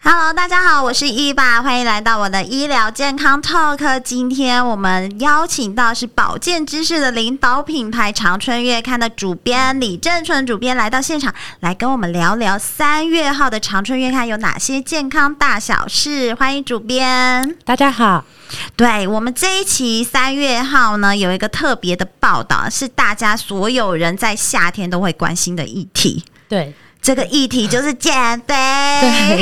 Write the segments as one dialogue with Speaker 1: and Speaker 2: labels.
Speaker 1: Hello，大家好，我是伊爸，欢迎来到我的医疗健康 Talk。今天我们邀请到是保健知识的领导品牌长春月刊的主编李正纯主编来到现场，来跟我们聊聊三月号的长春月刊有哪些健康大小事。欢迎主编。
Speaker 2: 大家好，
Speaker 1: 对我们这一期三月号呢，有一个特别的报道，是大家所有人在夏天都会关心的议题。
Speaker 2: 对
Speaker 1: 这个议题就是减肥，
Speaker 2: 对，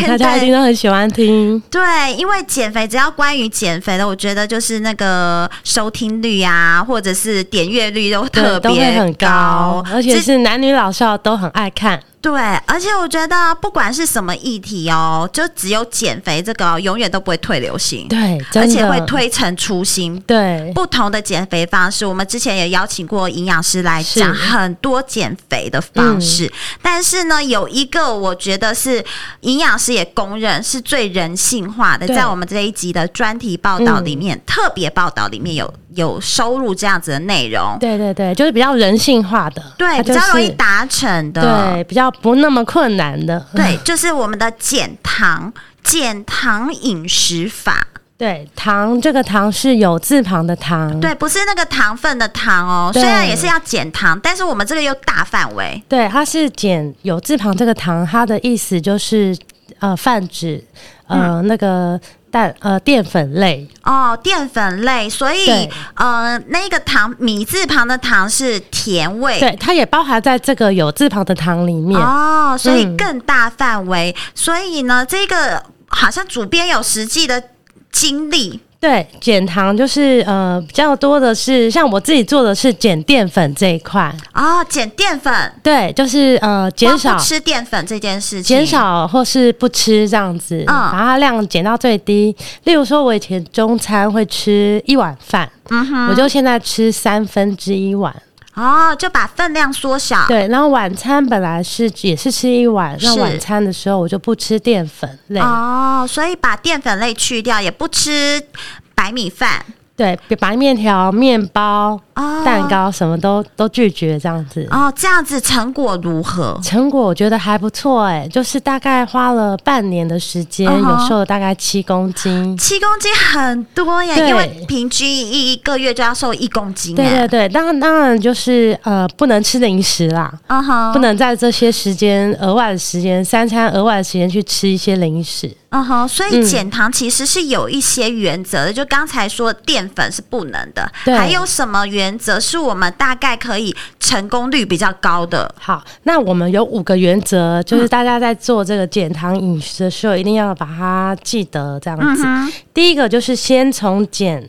Speaker 1: 哎
Speaker 2: 大家一定都很喜欢听，
Speaker 1: 对，因为减肥只要关于减肥的，我觉得就是那个收听率啊，或者是点阅率都
Speaker 2: 对
Speaker 1: 特
Speaker 2: 都会
Speaker 1: 别
Speaker 2: 很高，而且
Speaker 1: 这
Speaker 2: 是男女老少都很爱看。
Speaker 1: 对，而且我觉得不管是什么议题哦，就只有减肥这个哦、永远都不会退流行，
Speaker 2: 对，
Speaker 1: 而
Speaker 2: 真
Speaker 1: 且
Speaker 2: 的
Speaker 1: 会推陈出新。
Speaker 2: 对
Speaker 1: 不同的减肥方式，我们之前也邀请过营养师来
Speaker 2: 是嗯
Speaker 1: 讲很多减肥的方式，但是呢，有一个我觉得是营养师也公认是最人性化的，
Speaker 2: 对嗯
Speaker 1: 在我们这一集的专题报道里面，特别报道里面有有收录这样子的内容，
Speaker 2: 对对对，就是比较人性化的，
Speaker 1: 对，
Speaker 2: 它
Speaker 1: 比
Speaker 2: 就
Speaker 1: 较容易
Speaker 2: 是
Speaker 1: 达成的，
Speaker 2: 对，比较不那么困难的，
Speaker 1: 对，就是我们的减糖减糖饮食法。
Speaker 2: 对，糖这个糖是有字旁的糖，
Speaker 1: 对，不是那个糖分的糖哦，虽
Speaker 2: 嗯对
Speaker 1: 然也是要减糖，但是我们这个又大范围，
Speaker 2: 对，它是减有字旁这个糖，它的意思就是呃泛指呃、
Speaker 1: 嗯
Speaker 2: 那个蛋呃淀粉类，
Speaker 1: 哦，淀粉类，所以
Speaker 2: 对
Speaker 1: 呃，那个糖米字旁的糖是甜味，
Speaker 2: 对，它也包含在这个有字旁的糖里面。
Speaker 1: 哦，所以
Speaker 2: 嗯
Speaker 1: 更大范围，所以呢，这个好像主编有实际的经历，
Speaker 2: 对，减糖就是呃比较多的是像我自己做的是减淀粉这一块，
Speaker 1: 哦，减淀粉，
Speaker 2: 对，就是呃减
Speaker 1: 光
Speaker 2: 少
Speaker 1: 不吃淀粉这件事情，
Speaker 2: 减少或是不吃这样子，
Speaker 1: 嗯
Speaker 2: 把它量减到最低。例如说，我以前中餐会吃一碗饭，
Speaker 1: 嗯
Speaker 2: 我就现在吃三分之一碗。
Speaker 1: 哦，就把分量缩小，
Speaker 2: 对，然后晚餐本来是也是吃一碗，那
Speaker 1: 是
Speaker 2: 晚餐的时候我就不吃淀粉类，
Speaker 1: 哦，所以把淀粉类去掉，也不吃白米饭，
Speaker 2: 对，白面条、面包、
Speaker 1: 哦，
Speaker 2: 蛋。糕什么都都拒绝这样子。
Speaker 1: 哦，这样子成果如何？
Speaker 2: 成果我觉得还不错哎、就是大概花了半年的时间，
Speaker 1: 嗯哼
Speaker 2: 有瘦了大概七公斤。
Speaker 1: 七公斤很多耶，
Speaker 2: 对
Speaker 1: 因为平均一一个月就要瘦一公斤
Speaker 2: 对对
Speaker 1: 耶。
Speaker 2: 对，当然当然就是呃，不能吃零食啦，
Speaker 1: 嗯哼，
Speaker 2: 不，能在这些时间额外的时间，三餐额外的时间去吃一些零食。
Speaker 1: 嗯哼，所以
Speaker 2: 嗯
Speaker 1: 减糖其实是有一些原则的，就刚才说淀粉是不能的，
Speaker 2: 对
Speaker 1: 还有什么原则是我们大概可以成功率比较高的？
Speaker 2: 好，那我们有五个原则，
Speaker 1: 嗯
Speaker 2: 就是大家在做这个减糖饮食的时候，一定要把它记得这样
Speaker 1: 嗯
Speaker 2: 子。
Speaker 1: 哼，
Speaker 2: 第一个就是先从减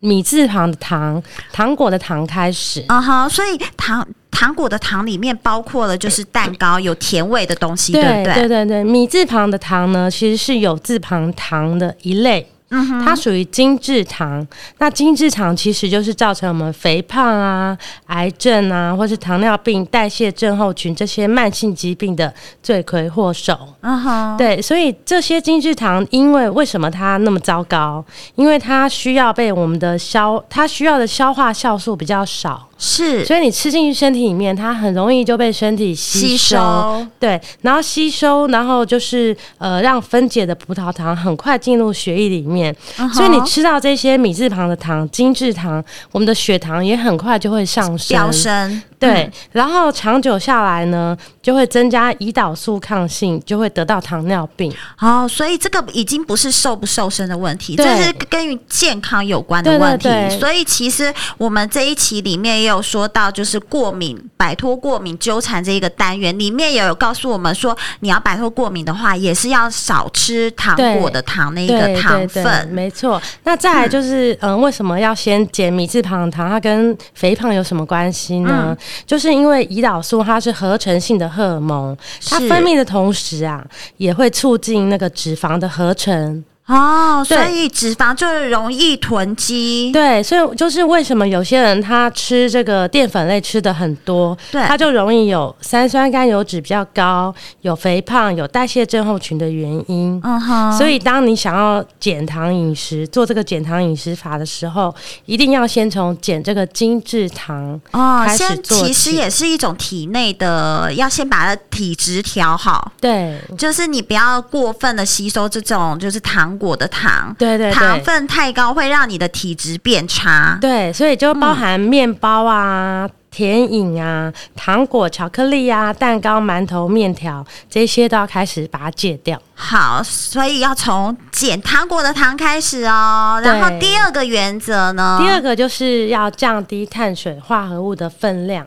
Speaker 2: 米字旁的糖，糖果的糖开始。
Speaker 1: 嗯哼，所以糖糖果的糖里面包括了就是蛋糕有甜味的东西，对不对？
Speaker 2: 对对对，米字旁的糖呢，其实是有字旁糖的一类，
Speaker 1: 嗯哼，
Speaker 2: 它属于精制糖。那精制糖其实就是造成我们肥胖啊、癌症啊，或是糖尿病、代谢症候群这些慢性疾病的罪魁祸首。
Speaker 1: 嗯哼，
Speaker 2: 对，所以这些精制糖，因为为什么它那么糟糕？因为它需要被我们的消，它需要的消化酵素比较少，
Speaker 1: 是
Speaker 2: 所以你吃进去身体里面，它很容易就被身体
Speaker 1: 吸
Speaker 2: 吸收。
Speaker 1: 收。
Speaker 2: 对，然后吸收，然后就是呃，让分解的葡萄糖很快进入血液里面。
Speaker 1: 嗯哼
Speaker 2: 所以你吃到这些米字旁的糖、精制糖，我们的血糖也很快就会上升。
Speaker 1: 飙升，
Speaker 2: 对，然后长久下来呢，就会增加胰岛素抗性，就会得到糖尿病。
Speaker 1: 哦，所以这个已经不是瘦不瘦身的问题，
Speaker 2: 对
Speaker 1: 这是跟于健康有关的问题。
Speaker 2: 对对对
Speaker 1: 所以其实我们这一期里面也有说到，就是过敏、摆脱过敏纠缠这一个单元里面也有告诉我们说，你要摆脱过敏的话，也是要少吃糖果的糖那
Speaker 2: 对
Speaker 1: 个糖
Speaker 2: 对对，
Speaker 1: 分。
Speaker 2: 没错。那再来就是，嗯、为什么要先减米字旁的糖？它跟肥胖有什么关系呢？
Speaker 1: 嗯
Speaker 2: 就是因为胰岛素它是合成性的荷尔蒙，它
Speaker 1: 是
Speaker 2: 分泌的同时啊，也会促进那个脂肪的合成。
Speaker 1: 哦，
Speaker 2: 对
Speaker 1: 所以脂肪就容易囤积。
Speaker 2: 对，所以就是为什么有些人他吃这个淀粉类吃的很多，
Speaker 1: 对
Speaker 2: 他就容易有三酸甘油脂比较高、有肥胖、有代谢症候群的原因。
Speaker 1: 嗯哼，
Speaker 2: 所以，当你想要减糖饮食，做这个减糖饮食法的时候，一定要先从减这个精致糖。
Speaker 1: 哦，
Speaker 2: 开始
Speaker 1: 先
Speaker 2: 做
Speaker 1: 其实
Speaker 2: 起
Speaker 1: 也是一种体内的，要先把它体质调好。
Speaker 2: 对，
Speaker 1: 就是你不要过分的吸收这种就是糖果的糖，
Speaker 2: 对对对
Speaker 1: 糖分太高会让你的体质变差。
Speaker 2: 对，所以就包含面包啊。甜饮啊，糖果、巧克力啊，蛋糕、馒头、面条，这些都要开始把它戒掉。
Speaker 1: 好，所以要从减糖果的糖开始哦。
Speaker 2: 对
Speaker 1: 然后第二个原则呢，
Speaker 2: 第二个就是要降低碳水化合物的分量。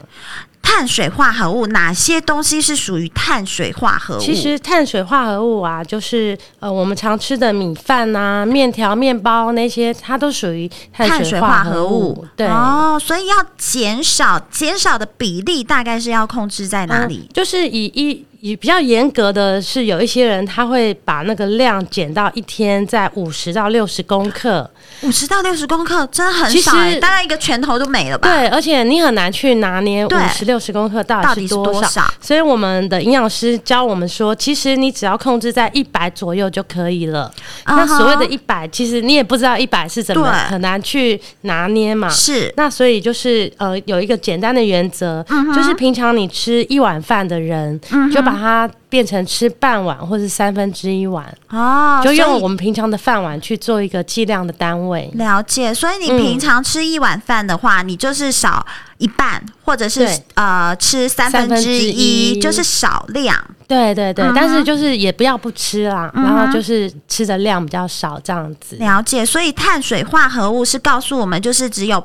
Speaker 1: 碳水化合物哪些东西是属于碳水化合物？
Speaker 2: 其实碳水化合物啊，就是呃我们常吃的米饭啊、面条、面包那些，它都属于
Speaker 1: 碳
Speaker 2: 碳
Speaker 1: 水
Speaker 2: 水
Speaker 1: 化
Speaker 2: 化
Speaker 1: 合
Speaker 2: 合
Speaker 1: 物
Speaker 2: 物。对。
Speaker 1: 哦，所以要减少，减少的比例大概是要控制在哪里
Speaker 2: 嗯？就是以一以比较严格的是，有一些人他会把那个量减到一天在五十到六十公克，
Speaker 1: 五十、到六十公克真的很
Speaker 2: 其
Speaker 1: 少、欸，
Speaker 2: 实
Speaker 1: 大概一个拳头都没了吧？
Speaker 2: 对，而且你很难去拿捏
Speaker 1: 对
Speaker 2: 五十六十公克到
Speaker 1: 到底
Speaker 2: 底是
Speaker 1: 是
Speaker 2: 多
Speaker 1: 多
Speaker 2: 少。
Speaker 1: 少？
Speaker 2: 所以我们的营养师教我们说，其实你只要控制在一百左右就可以了。那
Speaker 1: 嗯哼
Speaker 2: 所谓的一百，其实你也不知道一百是怎么，
Speaker 1: 对
Speaker 2: 很难去拿捏嘛。
Speaker 1: 是
Speaker 2: 那所以就是呃，有一个简单的原则，
Speaker 1: 嗯
Speaker 2: 就是平常你吃一碗饭的人，就把它变成吃半碗或是三分之一碗，
Speaker 1: 哦，所
Speaker 2: 就用
Speaker 1: 以
Speaker 2: 我们平常的饭碗去做一个计量的单位。
Speaker 1: 了解。所以
Speaker 2: 嗯
Speaker 1: 你平常吃一碗饭的话，你就是少一半，或者是
Speaker 2: 对
Speaker 1: 呃吃三分
Speaker 2: 三分
Speaker 1: 之
Speaker 2: 之
Speaker 1: 一，
Speaker 2: 一
Speaker 1: 就是少量。
Speaker 2: 对对对，
Speaker 1: 嗯哼
Speaker 2: 但是就是也不要不吃啦，
Speaker 1: 嗯哼
Speaker 2: 然后就是吃的量比较少这样子。
Speaker 1: 了解。所以碳水化合物是告诉我们，就是只有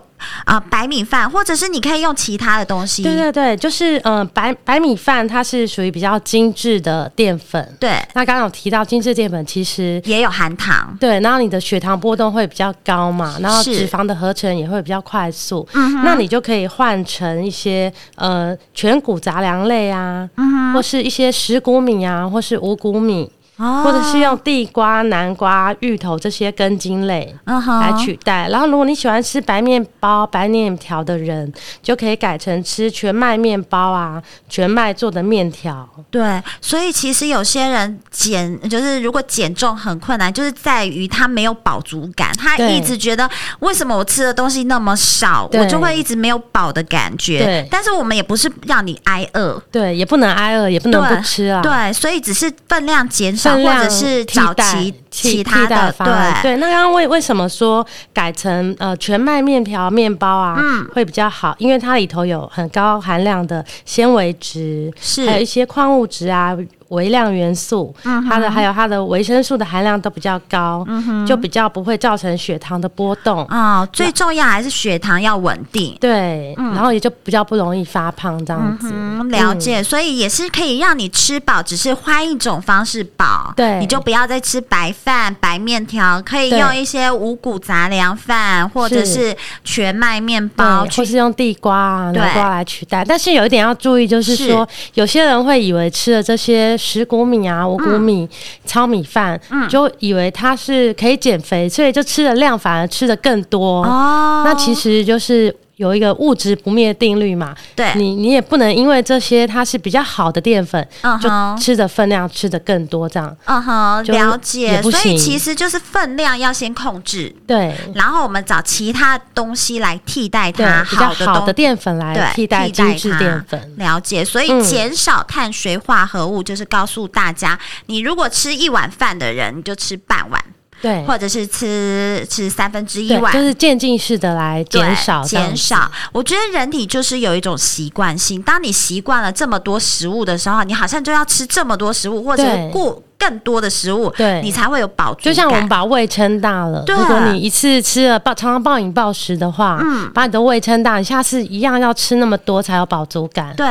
Speaker 1: 啊、呃白米饭，或者是你可以用其他的东西。
Speaker 2: 对对对，就是呃，白白米饭它是属于比较精致的淀粉。
Speaker 1: 对
Speaker 2: 那刚刚有提到精致淀粉，其实
Speaker 1: 也有含糖。
Speaker 2: 对，然后你的血糖波动会比较高嘛，然后
Speaker 1: 是
Speaker 2: 脂肪的合成也会比较快速。
Speaker 1: 嗯哼，
Speaker 2: 那你就可以换成一些呃全谷杂粮类啊，
Speaker 1: 嗯
Speaker 2: 或是一些石谷米啊，或是五谷米，
Speaker 1: 哦
Speaker 2: 或者是用地瓜、南瓜、芋头这些根茎类。
Speaker 1: 嗯哼
Speaker 2: 来取代。然后，如果你喜欢吃白面包、白面条的人，就可以改成吃全麦面包啊，全麦做的面条。
Speaker 1: 对，所以其实有些人减，就是如果减重很困难，就是在于他没有饱足感，他
Speaker 2: 对
Speaker 1: 一直觉得为什么我吃的东西那么少，
Speaker 2: 对
Speaker 1: 我就会一直没有饱的感觉
Speaker 2: 对。
Speaker 1: 但是我们也不是让你挨饿，
Speaker 2: 对，也不能挨饿，也不能不吃啊。。
Speaker 1: 对，所以只是分量减少，
Speaker 2: 分
Speaker 1: 或
Speaker 2: 量
Speaker 1: 者是
Speaker 2: 替
Speaker 1: 找
Speaker 2: 代
Speaker 1: 其
Speaker 2: 替
Speaker 1: 其他
Speaker 2: 替代
Speaker 1: 的，
Speaker 2: 方案
Speaker 1: 对，
Speaker 2: 对。那刚刚为为什么说改成呃全麦面条、面包啊，
Speaker 1: 嗯
Speaker 2: 会比较好？因为它里头有很高含量的纤维质，
Speaker 1: 是嗯
Speaker 2: 还有一些矿物质啊、微量元素，它的还有它的维生素的含量都比较高，就比较不会造成血糖的波动。
Speaker 1: 哦，最重要还是血糖要稳定。
Speaker 2: 对，然后也就比较不容易发胖这样子。
Speaker 1: 嗯，了解，所以也是可以让你吃饱，只是换一种方式饱。
Speaker 2: 对
Speaker 1: 你就不要再吃白饭、白面条，可以
Speaker 2: 对
Speaker 1: 用一些五谷杂粮饭或者是全麦面
Speaker 2: 对
Speaker 1: 包去
Speaker 2: 或。是用地瓜啊、
Speaker 1: 对
Speaker 2: 南瓜来取代。但是有一点要注意，就是说有些人会以为吃了这些石谷米啊、五谷
Speaker 1: 嗯
Speaker 2: 米、糙米饭，就以为它是可以减肥，所以就吃的量反而吃的更多。
Speaker 1: 哦
Speaker 2: 那其实就是。有一个物质不灭定律嘛，
Speaker 1: 对
Speaker 2: 你你也不能因为这些它是比较好的淀粉，
Speaker 1: 嗯
Speaker 2: 就
Speaker 1: 哼
Speaker 2: 吃的分量吃的更多这样。
Speaker 1: 嗯哼，
Speaker 2: 就
Speaker 1: 了
Speaker 2: 也
Speaker 1: 解。
Speaker 2: 不
Speaker 1: 所以
Speaker 2: 行
Speaker 1: 其实就是分量要先控制，
Speaker 2: 对，
Speaker 1: 然后我们找其他东西来替代
Speaker 2: 对
Speaker 1: 它，，
Speaker 2: 比较
Speaker 1: 的东
Speaker 2: 好的淀粉来
Speaker 1: 对
Speaker 2: 替代精致淀粉。
Speaker 1: 了解，所以
Speaker 2: 嗯
Speaker 1: 减少碳水化合物就是告诉大家，你如果吃一碗饭的人，你就吃半碗。
Speaker 2: 对
Speaker 1: 或者是吃吃三分之一
Speaker 2: 对，
Speaker 1: 碗，
Speaker 2: 就是渐进式的来
Speaker 1: 对
Speaker 2: 减少这样
Speaker 1: 减少。我觉得人体就是有一种习惯性，当你习惯了这么多食物的时候，你好像就要吃这么多食物，或者
Speaker 2: 对
Speaker 1: 过更多的食物，
Speaker 2: 对
Speaker 1: 你才会有饱足
Speaker 2: 就像我们
Speaker 1: 感
Speaker 2: 把胃撑大了，
Speaker 1: 对嗯
Speaker 2: 如果你一次吃了暴常常暴饮暴食的话，把你的胃撑大，你下次一样要吃那么多才有饱足感。
Speaker 1: 对。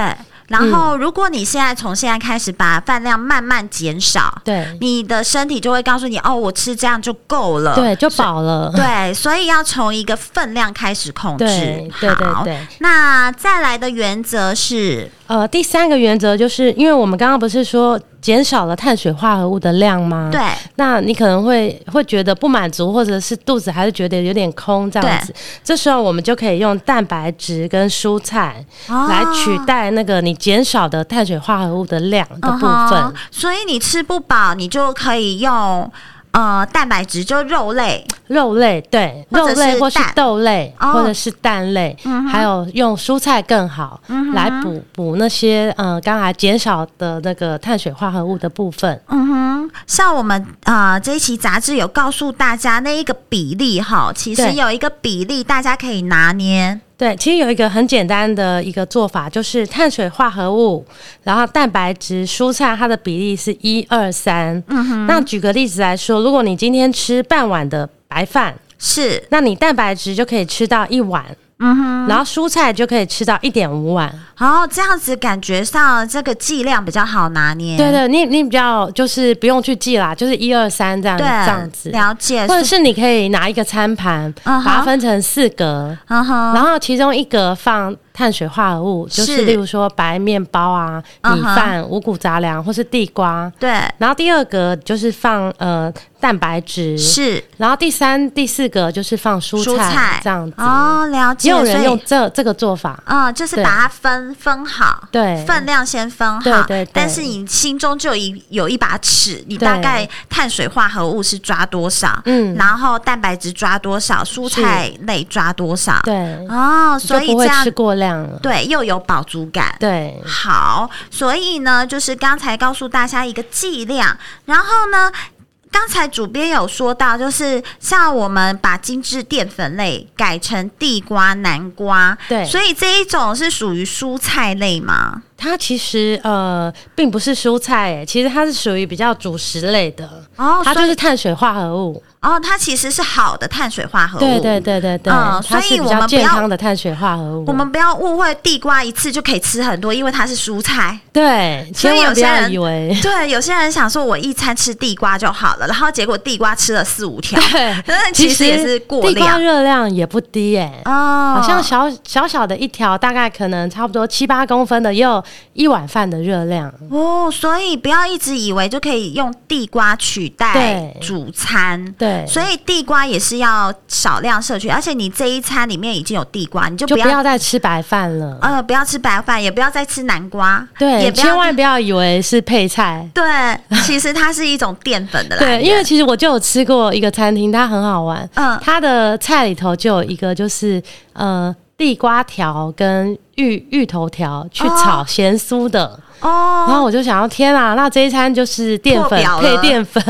Speaker 1: 然
Speaker 2: 嗯
Speaker 1: 后，如果你现在从现在开始把饭量慢慢减少，
Speaker 2: 对
Speaker 1: 你的身体就会告诉你，哦，我吃这样就够了。
Speaker 2: 对，就饱了。
Speaker 1: 对，所以要从一个分量开始控制。
Speaker 2: 对对对
Speaker 1: 好
Speaker 2: 对。
Speaker 1: 那再来的原则是，
Speaker 2: 呃，第三个原则就是，因为我们刚刚不是说减少了碳水化合物的量吗？
Speaker 1: 对。
Speaker 2: 那你可能会会觉得不满足，或者是肚子还是觉得有点空这样子。这时候我们就可以用蛋白质跟蔬菜
Speaker 1: 哦
Speaker 2: 来取代那个你减少的碳水化合物的量的部分。
Speaker 1: 嗯哼所以你吃不饱，你就可以用呃蛋白质，就肉类。
Speaker 2: 肉类对，
Speaker 1: 或者
Speaker 2: 肉
Speaker 1: 是
Speaker 2: 类或是
Speaker 1: 蛋
Speaker 2: 豆类，
Speaker 1: 哦嗯
Speaker 2: 或者是蛋类，
Speaker 1: 哼嗯
Speaker 2: 还有用蔬菜更好、来补补那些呃刚才减少的那个碳水化合物的部分。
Speaker 1: 嗯哼，像我们呃这一期杂志有告诉大家那一个比例哈，其实
Speaker 2: 对
Speaker 1: 有一个比例大家可以拿捏。
Speaker 2: 对，其实有一个很简单的一个做法，就是碳水化合物，然后蛋白质、蔬菜，它的比例是一二三。
Speaker 1: 嗯
Speaker 2: 那举个例子来说，如果你今天吃半碗的白饭，
Speaker 1: 是，
Speaker 2: 那你蛋白质就可以吃到一碗，
Speaker 1: 嗯哼，
Speaker 2: 然后蔬菜就可以吃到一点五碗。
Speaker 1: 然后哦这样子感觉上这个剂量比较好拿捏。
Speaker 2: 对对，你你比较就是不用去记啦，就是一二三这样这
Speaker 1: 对，
Speaker 2: 样子，
Speaker 1: 了解。
Speaker 2: 或者是你可以拿一个餐盘，
Speaker 1: 嗯
Speaker 2: 把
Speaker 1: 哼
Speaker 2: 它分成四格，
Speaker 1: 嗯哼，
Speaker 2: 然后其中一格放碳水化合物，就是是例如说白面包啊、
Speaker 1: 嗯
Speaker 2: 米
Speaker 1: 哼
Speaker 2: 饭、五谷杂粮或是地瓜，
Speaker 1: 对，
Speaker 2: 然后第二格就是放呃蛋白质，
Speaker 1: 是
Speaker 2: 然后第三、第四格就是放蔬
Speaker 1: 蔬菜
Speaker 2: 这样子。
Speaker 1: 哦，了解。
Speaker 2: 也有人
Speaker 1: 所以
Speaker 2: 用这这个做法，
Speaker 1: 嗯，就是
Speaker 2: 对
Speaker 1: 把它分分好，
Speaker 2: 对
Speaker 1: 分量先分好，
Speaker 2: 对对对
Speaker 1: 但是你心中就有一有一把尺，你
Speaker 2: 对
Speaker 1: 大概碳水化合物是抓多少，
Speaker 2: 嗯
Speaker 1: 然后蛋白质抓多少，蔬菜类抓多少，，
Speaker 2: 对，
Speaker 1: 哦，
Speaker 2: 就
Speaker 1: 所以
Speaker 2: 不
Speaker 1: 这
Speaker 2: 会
Speaker 1: 样
Speaker 2: 吃过量了。
Speaker 1: 对又有饱足感。
Speaker 2: 对，
Speaker 1: 好，所以呢，就是刚才告诉大家一个剂量，然后呢，刚才主编有说到，就是像我们把精致淀粉类改成地瓜、南瓜，
Speaker 2: 对
Speaker 1: 所以这一种是属于蔬菜类吗？
Speaker 2: 它其实呃并不是蔬菜，欸诶，其实它是属于比较主食类的，
Speaker 1: 哦，
Speaker 2: 它
Speaker 1: 所
Speaker 2: 就
Speaker 1: 以
Speaker 2: 是碳水化合物。
Speaker 1: 哦，它其实是好的碳水化合物，
Speaker 2: 对对。对对对，
Speaker 1: 嗯所
Speaker 2: 它
Speaker 1: 以
Speaker 2: 是比
Speaker 1: 我
Speaker 2: 较
Speaker 1: 们不
Speaker 2: 健
Speaker 1: 要
Speaker 2: 康的碳水化合物。
Speaker 1: 我们不要误会，地瓜一次就可以吃很多，因为它是蔬 菜。
Speaker 2: 对，
Speaker 1: 所以
Speaker 2: 千
Speaker 1: 有
Speaker 2: 万不
Speaker 1: 些
Speaker 2: 要
Speaker 1: 人
Speaker 2: 以为
Speaker 1: 对，有些人想说，我一餐吃地瓜就好了，然后结果地瓜吃了四五条，
Speaker 2: 对，
Speaker 1: 但是其实也是过
Speaker 2: 地瓜
Speaker 1: 量。
Speaker 2: 热量也不低耶。
Speaker 1: 哦
Speaker 2: 好像小小小的一条，大概可能差不多七八公分的，也有一碗饭的热量。
Speaker 1: 哦，所以不要一直以为就可以用地瓜取代
Speaker 2: 对
Speaker 1: 主餐。
Speaker 2: 对，
Speaker 1: 所以地瓜也是要少量摄取，而且你这一餐里面已经有地瓜，你就
Speaker 2: 就
Speaker 1: 不
Speaker 2: 不
Speaker 1: 要
Speaker 2: 要再吃白饭了。
Speaker 1: 呃不要吃白饭，也不要再吃南瓜，也
Speaker 2: 对，
Speaker 1: 不要
Speaker 2: 千万不要以为是配菜。
Speaker 1: 对。其实它是一种淀粉的来
Speaker 2: 对，
Speaker 1: 源，
Speaker 2: 因为其实我就有吃过一个餐厅，它很好玩，
Speaker 1: 嗯
Speaker 2: 它的菜里头就有一个就是呃地瓜条跟芋芋头条去炒咸酥的，然后
Speaker 1: 哦，
Speaker 2: 我就想要天啊，那这一餐就是淀
Speaker 1: 破
Speaker 2: 粉
Speaker 1: 表了
Speaker 2: 配淀 粉，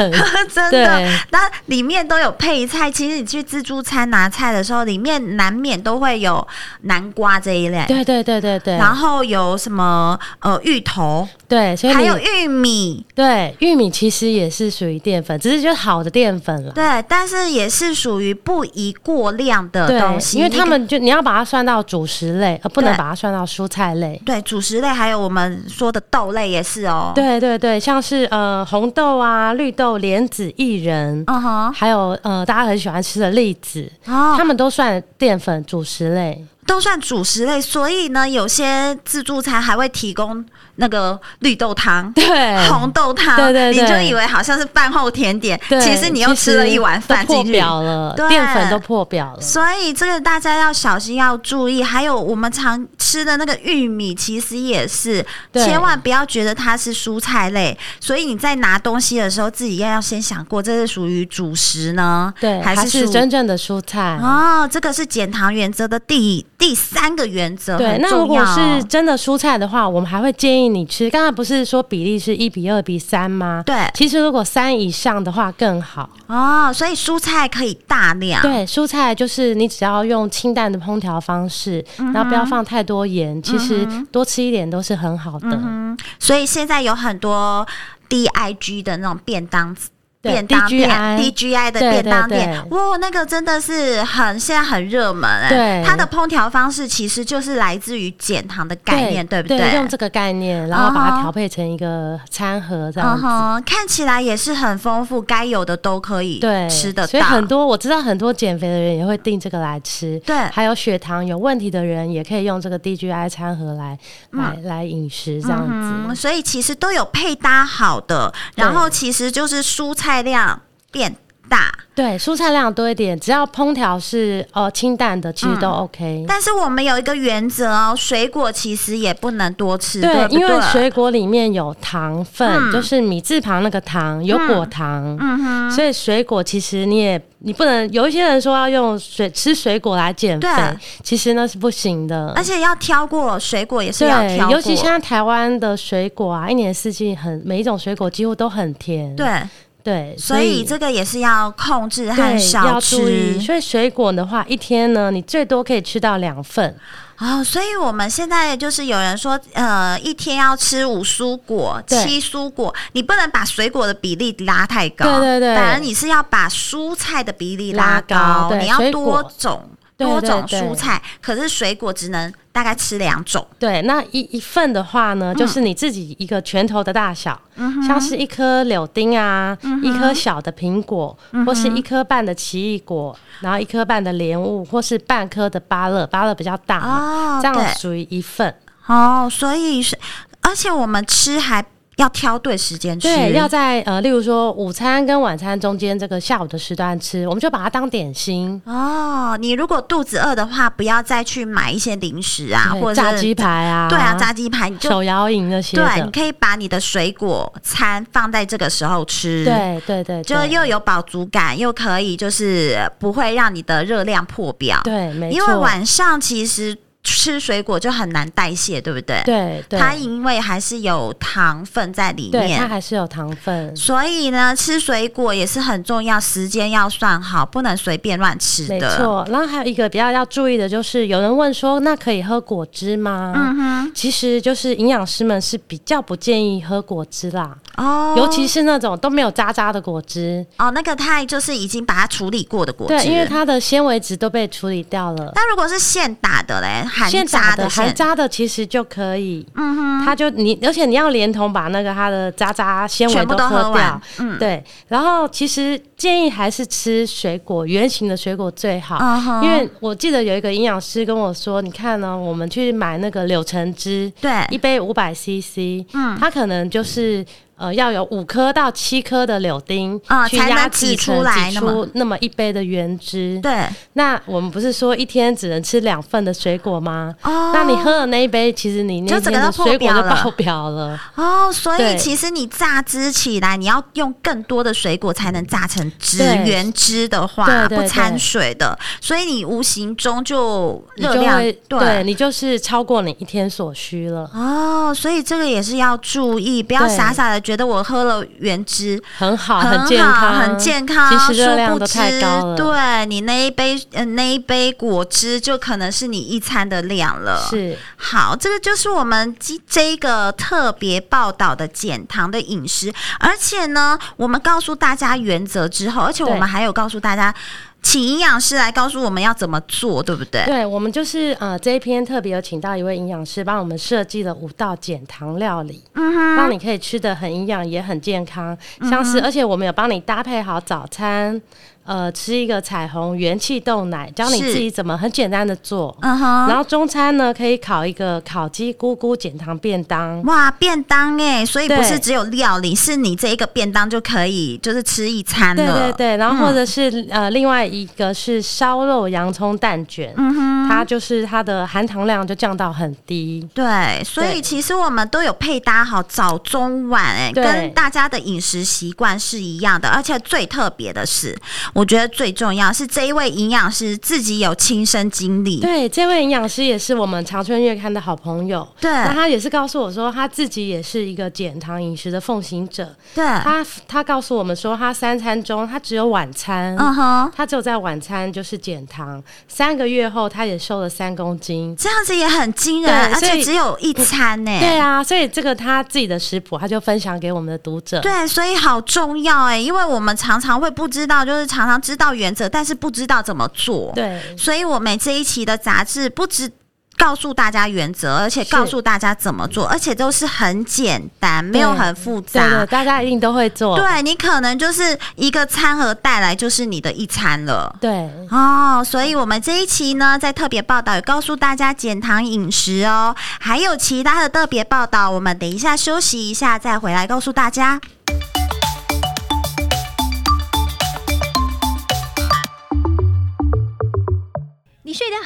Speaker 1: 真的
Speaker 2: 对，
Speaker 1: 那里面都有配菜。其实你去自助餐拿菜的时候，里面难免都会有南瓜这一类，
Speaker 2: 对对对对对，
Speaker 1: 然后有什么呃芋头，
Speaker 2: 对，所以
Speaker 1: 还有
Speaker 2: 你
Speaker 1: 玉米，
Speaker 2: 对玉米其实也是属于淀粉，只是就是好的淀粉了。
Speaker 1: 对，但是也是属于不宜过量的
Speaker 2: 对
Speaker 1: 东，西，
Speaker 2: 因为
Speaker 1: 你
Speaker 2: 他
Speaker 1: 可
Speaker 2: 们就你要把它算到主食类，呃而不能
Speaker 1: 对
Speaker 2: 把它算到蔬菜类。
Speaker 1: 对主食类还有我们说的豆类也是哦。，
Speaker 2: 对对对，像是呃红豆啊、绿豆、莲子、薏仁，
Speaker 1: 嗯哼，
Speaker 2: 还有呃，大家很喜欢吃的栗子，它
Speaker 1: 哦，
Speaker 2: 们都算淀粉主食类。
Speaker 1: 都算主食类，所以呢，有些自助餐还会提供那个绿豆汤。
Speaker 2: 对
Speaker 1: 红豆汤，
Speaker 2: 对对
Speaker 1: 你就
Speaker 2: 对
Speaker 1: 以为好像是饭后甜点，
Speaker 2: 对，
Speaker 1: 其实你又吃了一碗饭
Speaker 2: 都破
Speaker 1: 进去。
Speaker 2: 表了
Speaker 1: 对，
Speaker 2: 淀粉都破表了。
Speaker 1: 所以这个大家要小心，要注意。还有我们常吃的那个玉米，其实也是，
Speaker 2: 对
Speaker 1: 千万不要觉得它是蔬菜类。所以你在拿东西的时候，自己要要先想过，这是属于主食呢，
Speaker 2: 对，
Speaker 1: 还
Speaker 2: 它是
Speaker 1: 蔬哦
Speaker 2: 真正的蔬菜。
Speaker 1: 哦，这个是减糖原则的第第第三个原则
Speaker 2: 对，
Speaker 1: 很
Speaker 2: 那如
Speaker 1: 重
Speaker 2: 果
Speaker 1: 要
Speaker 2: 是真的蔬菜的话，我们还会建议你吃。刚才不是说比例是一比二比三吗？
Speaker 1: 对
Speaker 2: 其实如果三以上的话更好。
Speaker 1: 哦，所以蔬菜可以大量，
Speaker 2: 对，蔬菜就是你只要用清淡的烹调方式，
Speaker 1: 嗯
Speaker 2: 然后不要放太多盐，其实多吃一点都是很好
Speaker 1: 嗯
Speaker 2: 的。
Speaker 1: 所以现在有很多 DIG 的那种便当。
Speaker 2: 对
Speaker 1: 便当店
Speaker 2: DGI
Speaker 1: DGI 的
Speaker 2: 对
Speaker 1: 便当
Speaker 2: 对
Speaker 1: 店，哇，那个真的是很现在很热门哎、
Speaker 2: 对
Speaker 1: 它的烹调方式其实就是来自于减糖的概念，对
Speaker 2: 对
Speaker 1: 不
Speaker 2: 用这个概念，然后把
Speaker 1: 嗯哼
Speaker 2: 它调配成一个餐盒这
Speaker 1: 嗯
Speaker 2: 样子。
Speaker 1: 哼，看起来也是很丰富，该有的都可以
Speaker 2: 对，
Speaker 1: 吃得到。
Speaker 2: 所以很多我知道很多减肥的人也会订这个来吃。
Speaker 1: 对
Speaker 2: 还有血糖有问题的人也可以用这个 DGI 餐盒来、来来饮食这样子。
Speaker 1: 嗯嗯，所以其实都有配搭好的，然
Speaker 2: 对
Speaker 1: 后其实就是蔬菜量变大，
Speaker 2: 对，蔬菜量多一点，只要烹调是呃清淡的，其实都 OK。
Speaker 1: 嗯但是我们有一个原则哦，水果其实也不能多吃，对不对，嗯
Speaker 2: 因为水果里面有糖分，就是米字旁那个糖，有果糖，所以水果其实你也你不能，有一些人说要用水吃水果来减肥
Speaker 1: 对，
Speaker 2: 其实那是不行的。
Speaker 1: 而且要挑过水果也是要
Speaker 2: 对
Speaker 1: 挑，过，
Speaker 2: 尤其现在台湾的水果啊，一年四季很每一种水果几乎都很甜。
Speaker 1: 对，
Speaker 2: 对，
Speaker 1: 所以这个也是要控制和
Speaker 2: 对
Speaker 1: 少
Speaker 2: 要注
Speaker 1: 吃
Speaker 2: 意。所以水果的话，一天呢，你最多可以吃到两份。
Speaker 1: 哦。所以我们现在就是有人说，呃，一天要吃五蔬果、
Speaker 2: 对
Speaker 1: 七蔬果，你不能把水果的比例拉太高，
Speaker 2: 对对对
Speaker 1: 反而你是要把蔬菜的比例拉
Speaker 2: 拉高对
Speaker 1: 你要
Speaker 2: 水
Speaker 1: 多
Speaker 2: 果
Speaker 1: 种。
Speaker 2: 对
Speaker 1: 多种
Speaker 2: 对对
Speaker 1: 蔬菜，可是水果只能大概吃两种。
Speaker 2: 对，那一一份的话呢，
Speaker 1: 嗯
Speaker 2: 就是你自己一个拳头的大小，像是一颗柳丁啊，
Speaker 1: 嗯
Speaker 2: 一颗小的苹果，或是一颗半的奇异果，然后一颗半的莲雾，或是半颗的芭乐，芭乐比较大嘛，
Speaker 1: 哦
Speaker 2: 这
Speaker 1: 对
Speaker 2: 样属于一份。
Speaker 1: 哦，所以是，而且我们吃还要挑对时间吃，
Speaker 2: 对，要在呃，例如说午餐跟晚餐中间这个下午的时段吃，我们就把它当点心，
Speaker 1: 哦。你如果肚子饿的话，不要再去买一些零食啊，
Speaker 2: 对
Speaker 1: 或者
Speaker 2: 炸
Speaker 1: 是
Speaker 2: 鸡排啊，
Speaker 1: 对啊，炸鸡排你就
Speaker 2: 手摇饮那些
Speaker 1: 对，你
Speaker 2: 的，
Speaker 1: 可以把你的水果餐放在这个时候吃，，
Speaker 2: 对对对，
Speaker 1: 就
Speaker 2: 对
Speaker 1: 又有饱足感，又可以就是不会让你的热量破表，
Speaker 2: 对，没错，
Speaker 1: 因为晚上其实吃水果就很难代谢，对不对？
Speaker 2: 对对，
Speaker 1: 它因为还是有糖分在里
Speaker 2: 对
Speaker 1: 面，
Speaker 2: 它还是有糖分，
Speaker 1: 所以呢，吃水果也是很重要，时间要算好，不能随便乱吃
Speaker 2: 没
Speaker 1: 的。
Speaker 2: 错，然后还有一个比较要注意的就是，有人问说，那可以喝果汁吗？嗯哼，其实就是营养师们是比较不建议喝果汁啦，
Speaker 1: 哦，
Speaker 2: 尤其是那种都没有渣渣的果汁，
Speaker 1: 哦，那个太就是已经把它处理过的果汁，
Speaker 2: 对，因为它的纤维质都被处理掉了。
Speaker 1: 那如果是现打的嘞，含
Speaker 2: 现
Speaker 1: 渣
Speaker 2: 打
Speaker 1: 的
Speaker 2: 的含
Speaker 1: 现
Speaker 2: 渣的其实就可以，
Speaker 1: 嗯哼，
Speaker 2: 它就你，而且你要连同把那个它的渣渣纤维
Speaker 1: 全部
Speaker 2: 都
Speaker 1: 都喝完嗯
Speaker 2: 掉，对。然后其实建议还是吃水果，圆形的水果最好，
Speaker 1: 嗯哼
Speaker 2: 哦因为我记得有一个营养师跟我说，你看呢、我们去买那个柳橙汁，
Speaker 1: 对
Speaker 2: 一杯五百 CC，嗯，它可能就是。呃，要有五颗到七颗的柳丁，
Speaker 1: 啊
Speaker 2: 去
Speaker 1: 才能
Speaker 2: 压
Speaker 1: 挤
Speaker 2: 制成
Speaker 1: 出来
Speaker 2: 挤
Speaker 1: 那么
Speaker 2: 出那么一杯的原汁。
Speaker 1: 对
Speaker 2: 那我们不是说一天只能吃两份的水果吗？
Speaker 1: 哦
Speaker 2: 那你喝了那一杯，其实你那
Speaker 1: 就整
Speaker 2: 天
Speaker 1: 个
Speaker 2: 的
Speaker 1: 都破
Speaker 2: 水果
Speaker 1: 表
Speaker 2: 就
Speaker 1: 了
Speaker 2: 爆表了。
Speaker 1: 哦，所以
Speaker 2: 对
Speaker 1: 其实你榨汁起来，你要用更多的水果才能榨成汁，
Speaker 2: 对
Speaker 1: 原汁的话
Speaker 2: 对对
Speaker 1: 不掺
Speaker 2: 对
Speaker 1: 水的，所以你无形中就
Speaker 2: 你
Speaker 1: 热
Speaker 2: 就
Speaker 1: 量
Speaker 2: 会你就是超过你一天所需了，
Speaker 1: 哦，所以这个也是要注意，不要
Speaker 2: 对啊
Speaker 1: 傻傻的觉得我喝了原汁。
Speaker 2: 很好，
Speaker 1: 很
Speaker 2: 健
Speaker 1: 好
Speaker 2: 康，
Speaker 1: 很健康，
Speaker 2: 其实热量
Speaker 1: 殊不
Speaker 2: 都
Speaker 1: 知
Speaker 2: 太高了。
Speaker 1: 对你那一杯，呃，那一杯果汁就可能是你一餐的量了。，
Speaker 2: 是，
Speaker 1: 好，这个就是我们这这一个特别报道的减糖的饮食，而且呢，我们告诉大家原则之后，而且我
Speaker 2: 对
Speaker 1: 们还有告诉大家，请营养师来告诉我们要怎么做，对不对？
Speaker 2: 对我们就是呃这一篇特别有请到一位营养师帮我们设计了五道减糖料理，
Speaker 1: 嗯
Speaker 2: 让你可以吃的很营养也很健康，像是、而且我们有帮你搭配好早餐，呃吃一个彩虹元气豆奶，教你
Speaker 1: 是
Speaker 2: 自己怎么很简单的做。
Speaker 1: 嗯哼。
Speaker 2: 然后中餐呢，可以烤一个烤鸡咕咕减糖便当，
Speaker 1: 哇，便当哎、所以不
Speaker 2: 对
Speaker 1: 是只有料理，是你这一个便当就可以，就是吃一餐
Speaker 2: 对
Speaker 1: 了。
Speaker 2: 对对，然后或者是、呃，另外一个是烧肉洋葱蛋卷，
Speaker 1: 嗯
Speaker 2: 它就是它的含糖量就降到很低。
Speaker 1: 对所以
Speaker 2: 对
Speaker 1: 其实我们都有配搭好早中晚、哎，
Speaker 2: 对
Speaker 1: 跟大家的饮食习惯是一样的。而且最特别的是，我觉得最重要是这一位营养师自己有亲身经历。
Speaker 2: 对，这位营养师也是我们长春月刊的好朋友。
Speaker 1: 对
Speaker 2: 那他也是告诉我说，他自己也是一个减糖饮食的奉行者。
Speaker 1: 对，
Speaker 2: 他他告诉我们说，他三餐中他只有晚餐，
Speaker 1: 嗯哼，
Speaker 2: 他只有在晚餐就是减糖。三个月后，他也瘦了三公斤。
Speaker 1: 这样子也很惊人，
Speaker 2: 对
Speaker 1: 而
Speaker 2: 所以
Speaker 1: 且只有一餐欸呢、
Speaker 2: 对啊，所以这个他自己的食谱，他就分享给我们的读者。
Speaker 1: 对，所以好重要哎、因为我们常常会不知道，就是常常知道原则，但是不知道怎么做。，
Speaker 2: 对
Speaker 1: 所以我每这一期的杂志不止告诉大家原则，而且
Speaker 2: 是
Speaker 1: 告诉大家怎么做，而且都是很简单，没有很复
Speaker 2: 对对，
Speaker 1: 杂。
Speaker 2: 大家一定都会做。
Speaker 1: 对你可能就是一个餐盒带来就是你的一餐了。
Speaker 2: 对嗯
Speaker 1: 哦，所以我们这一期呢，在特别报道有告诉大家减糖饮食哦，还有其他的特别报道，我们等一下休息一下再回来告诉大家。
Speaker 3: 你睡得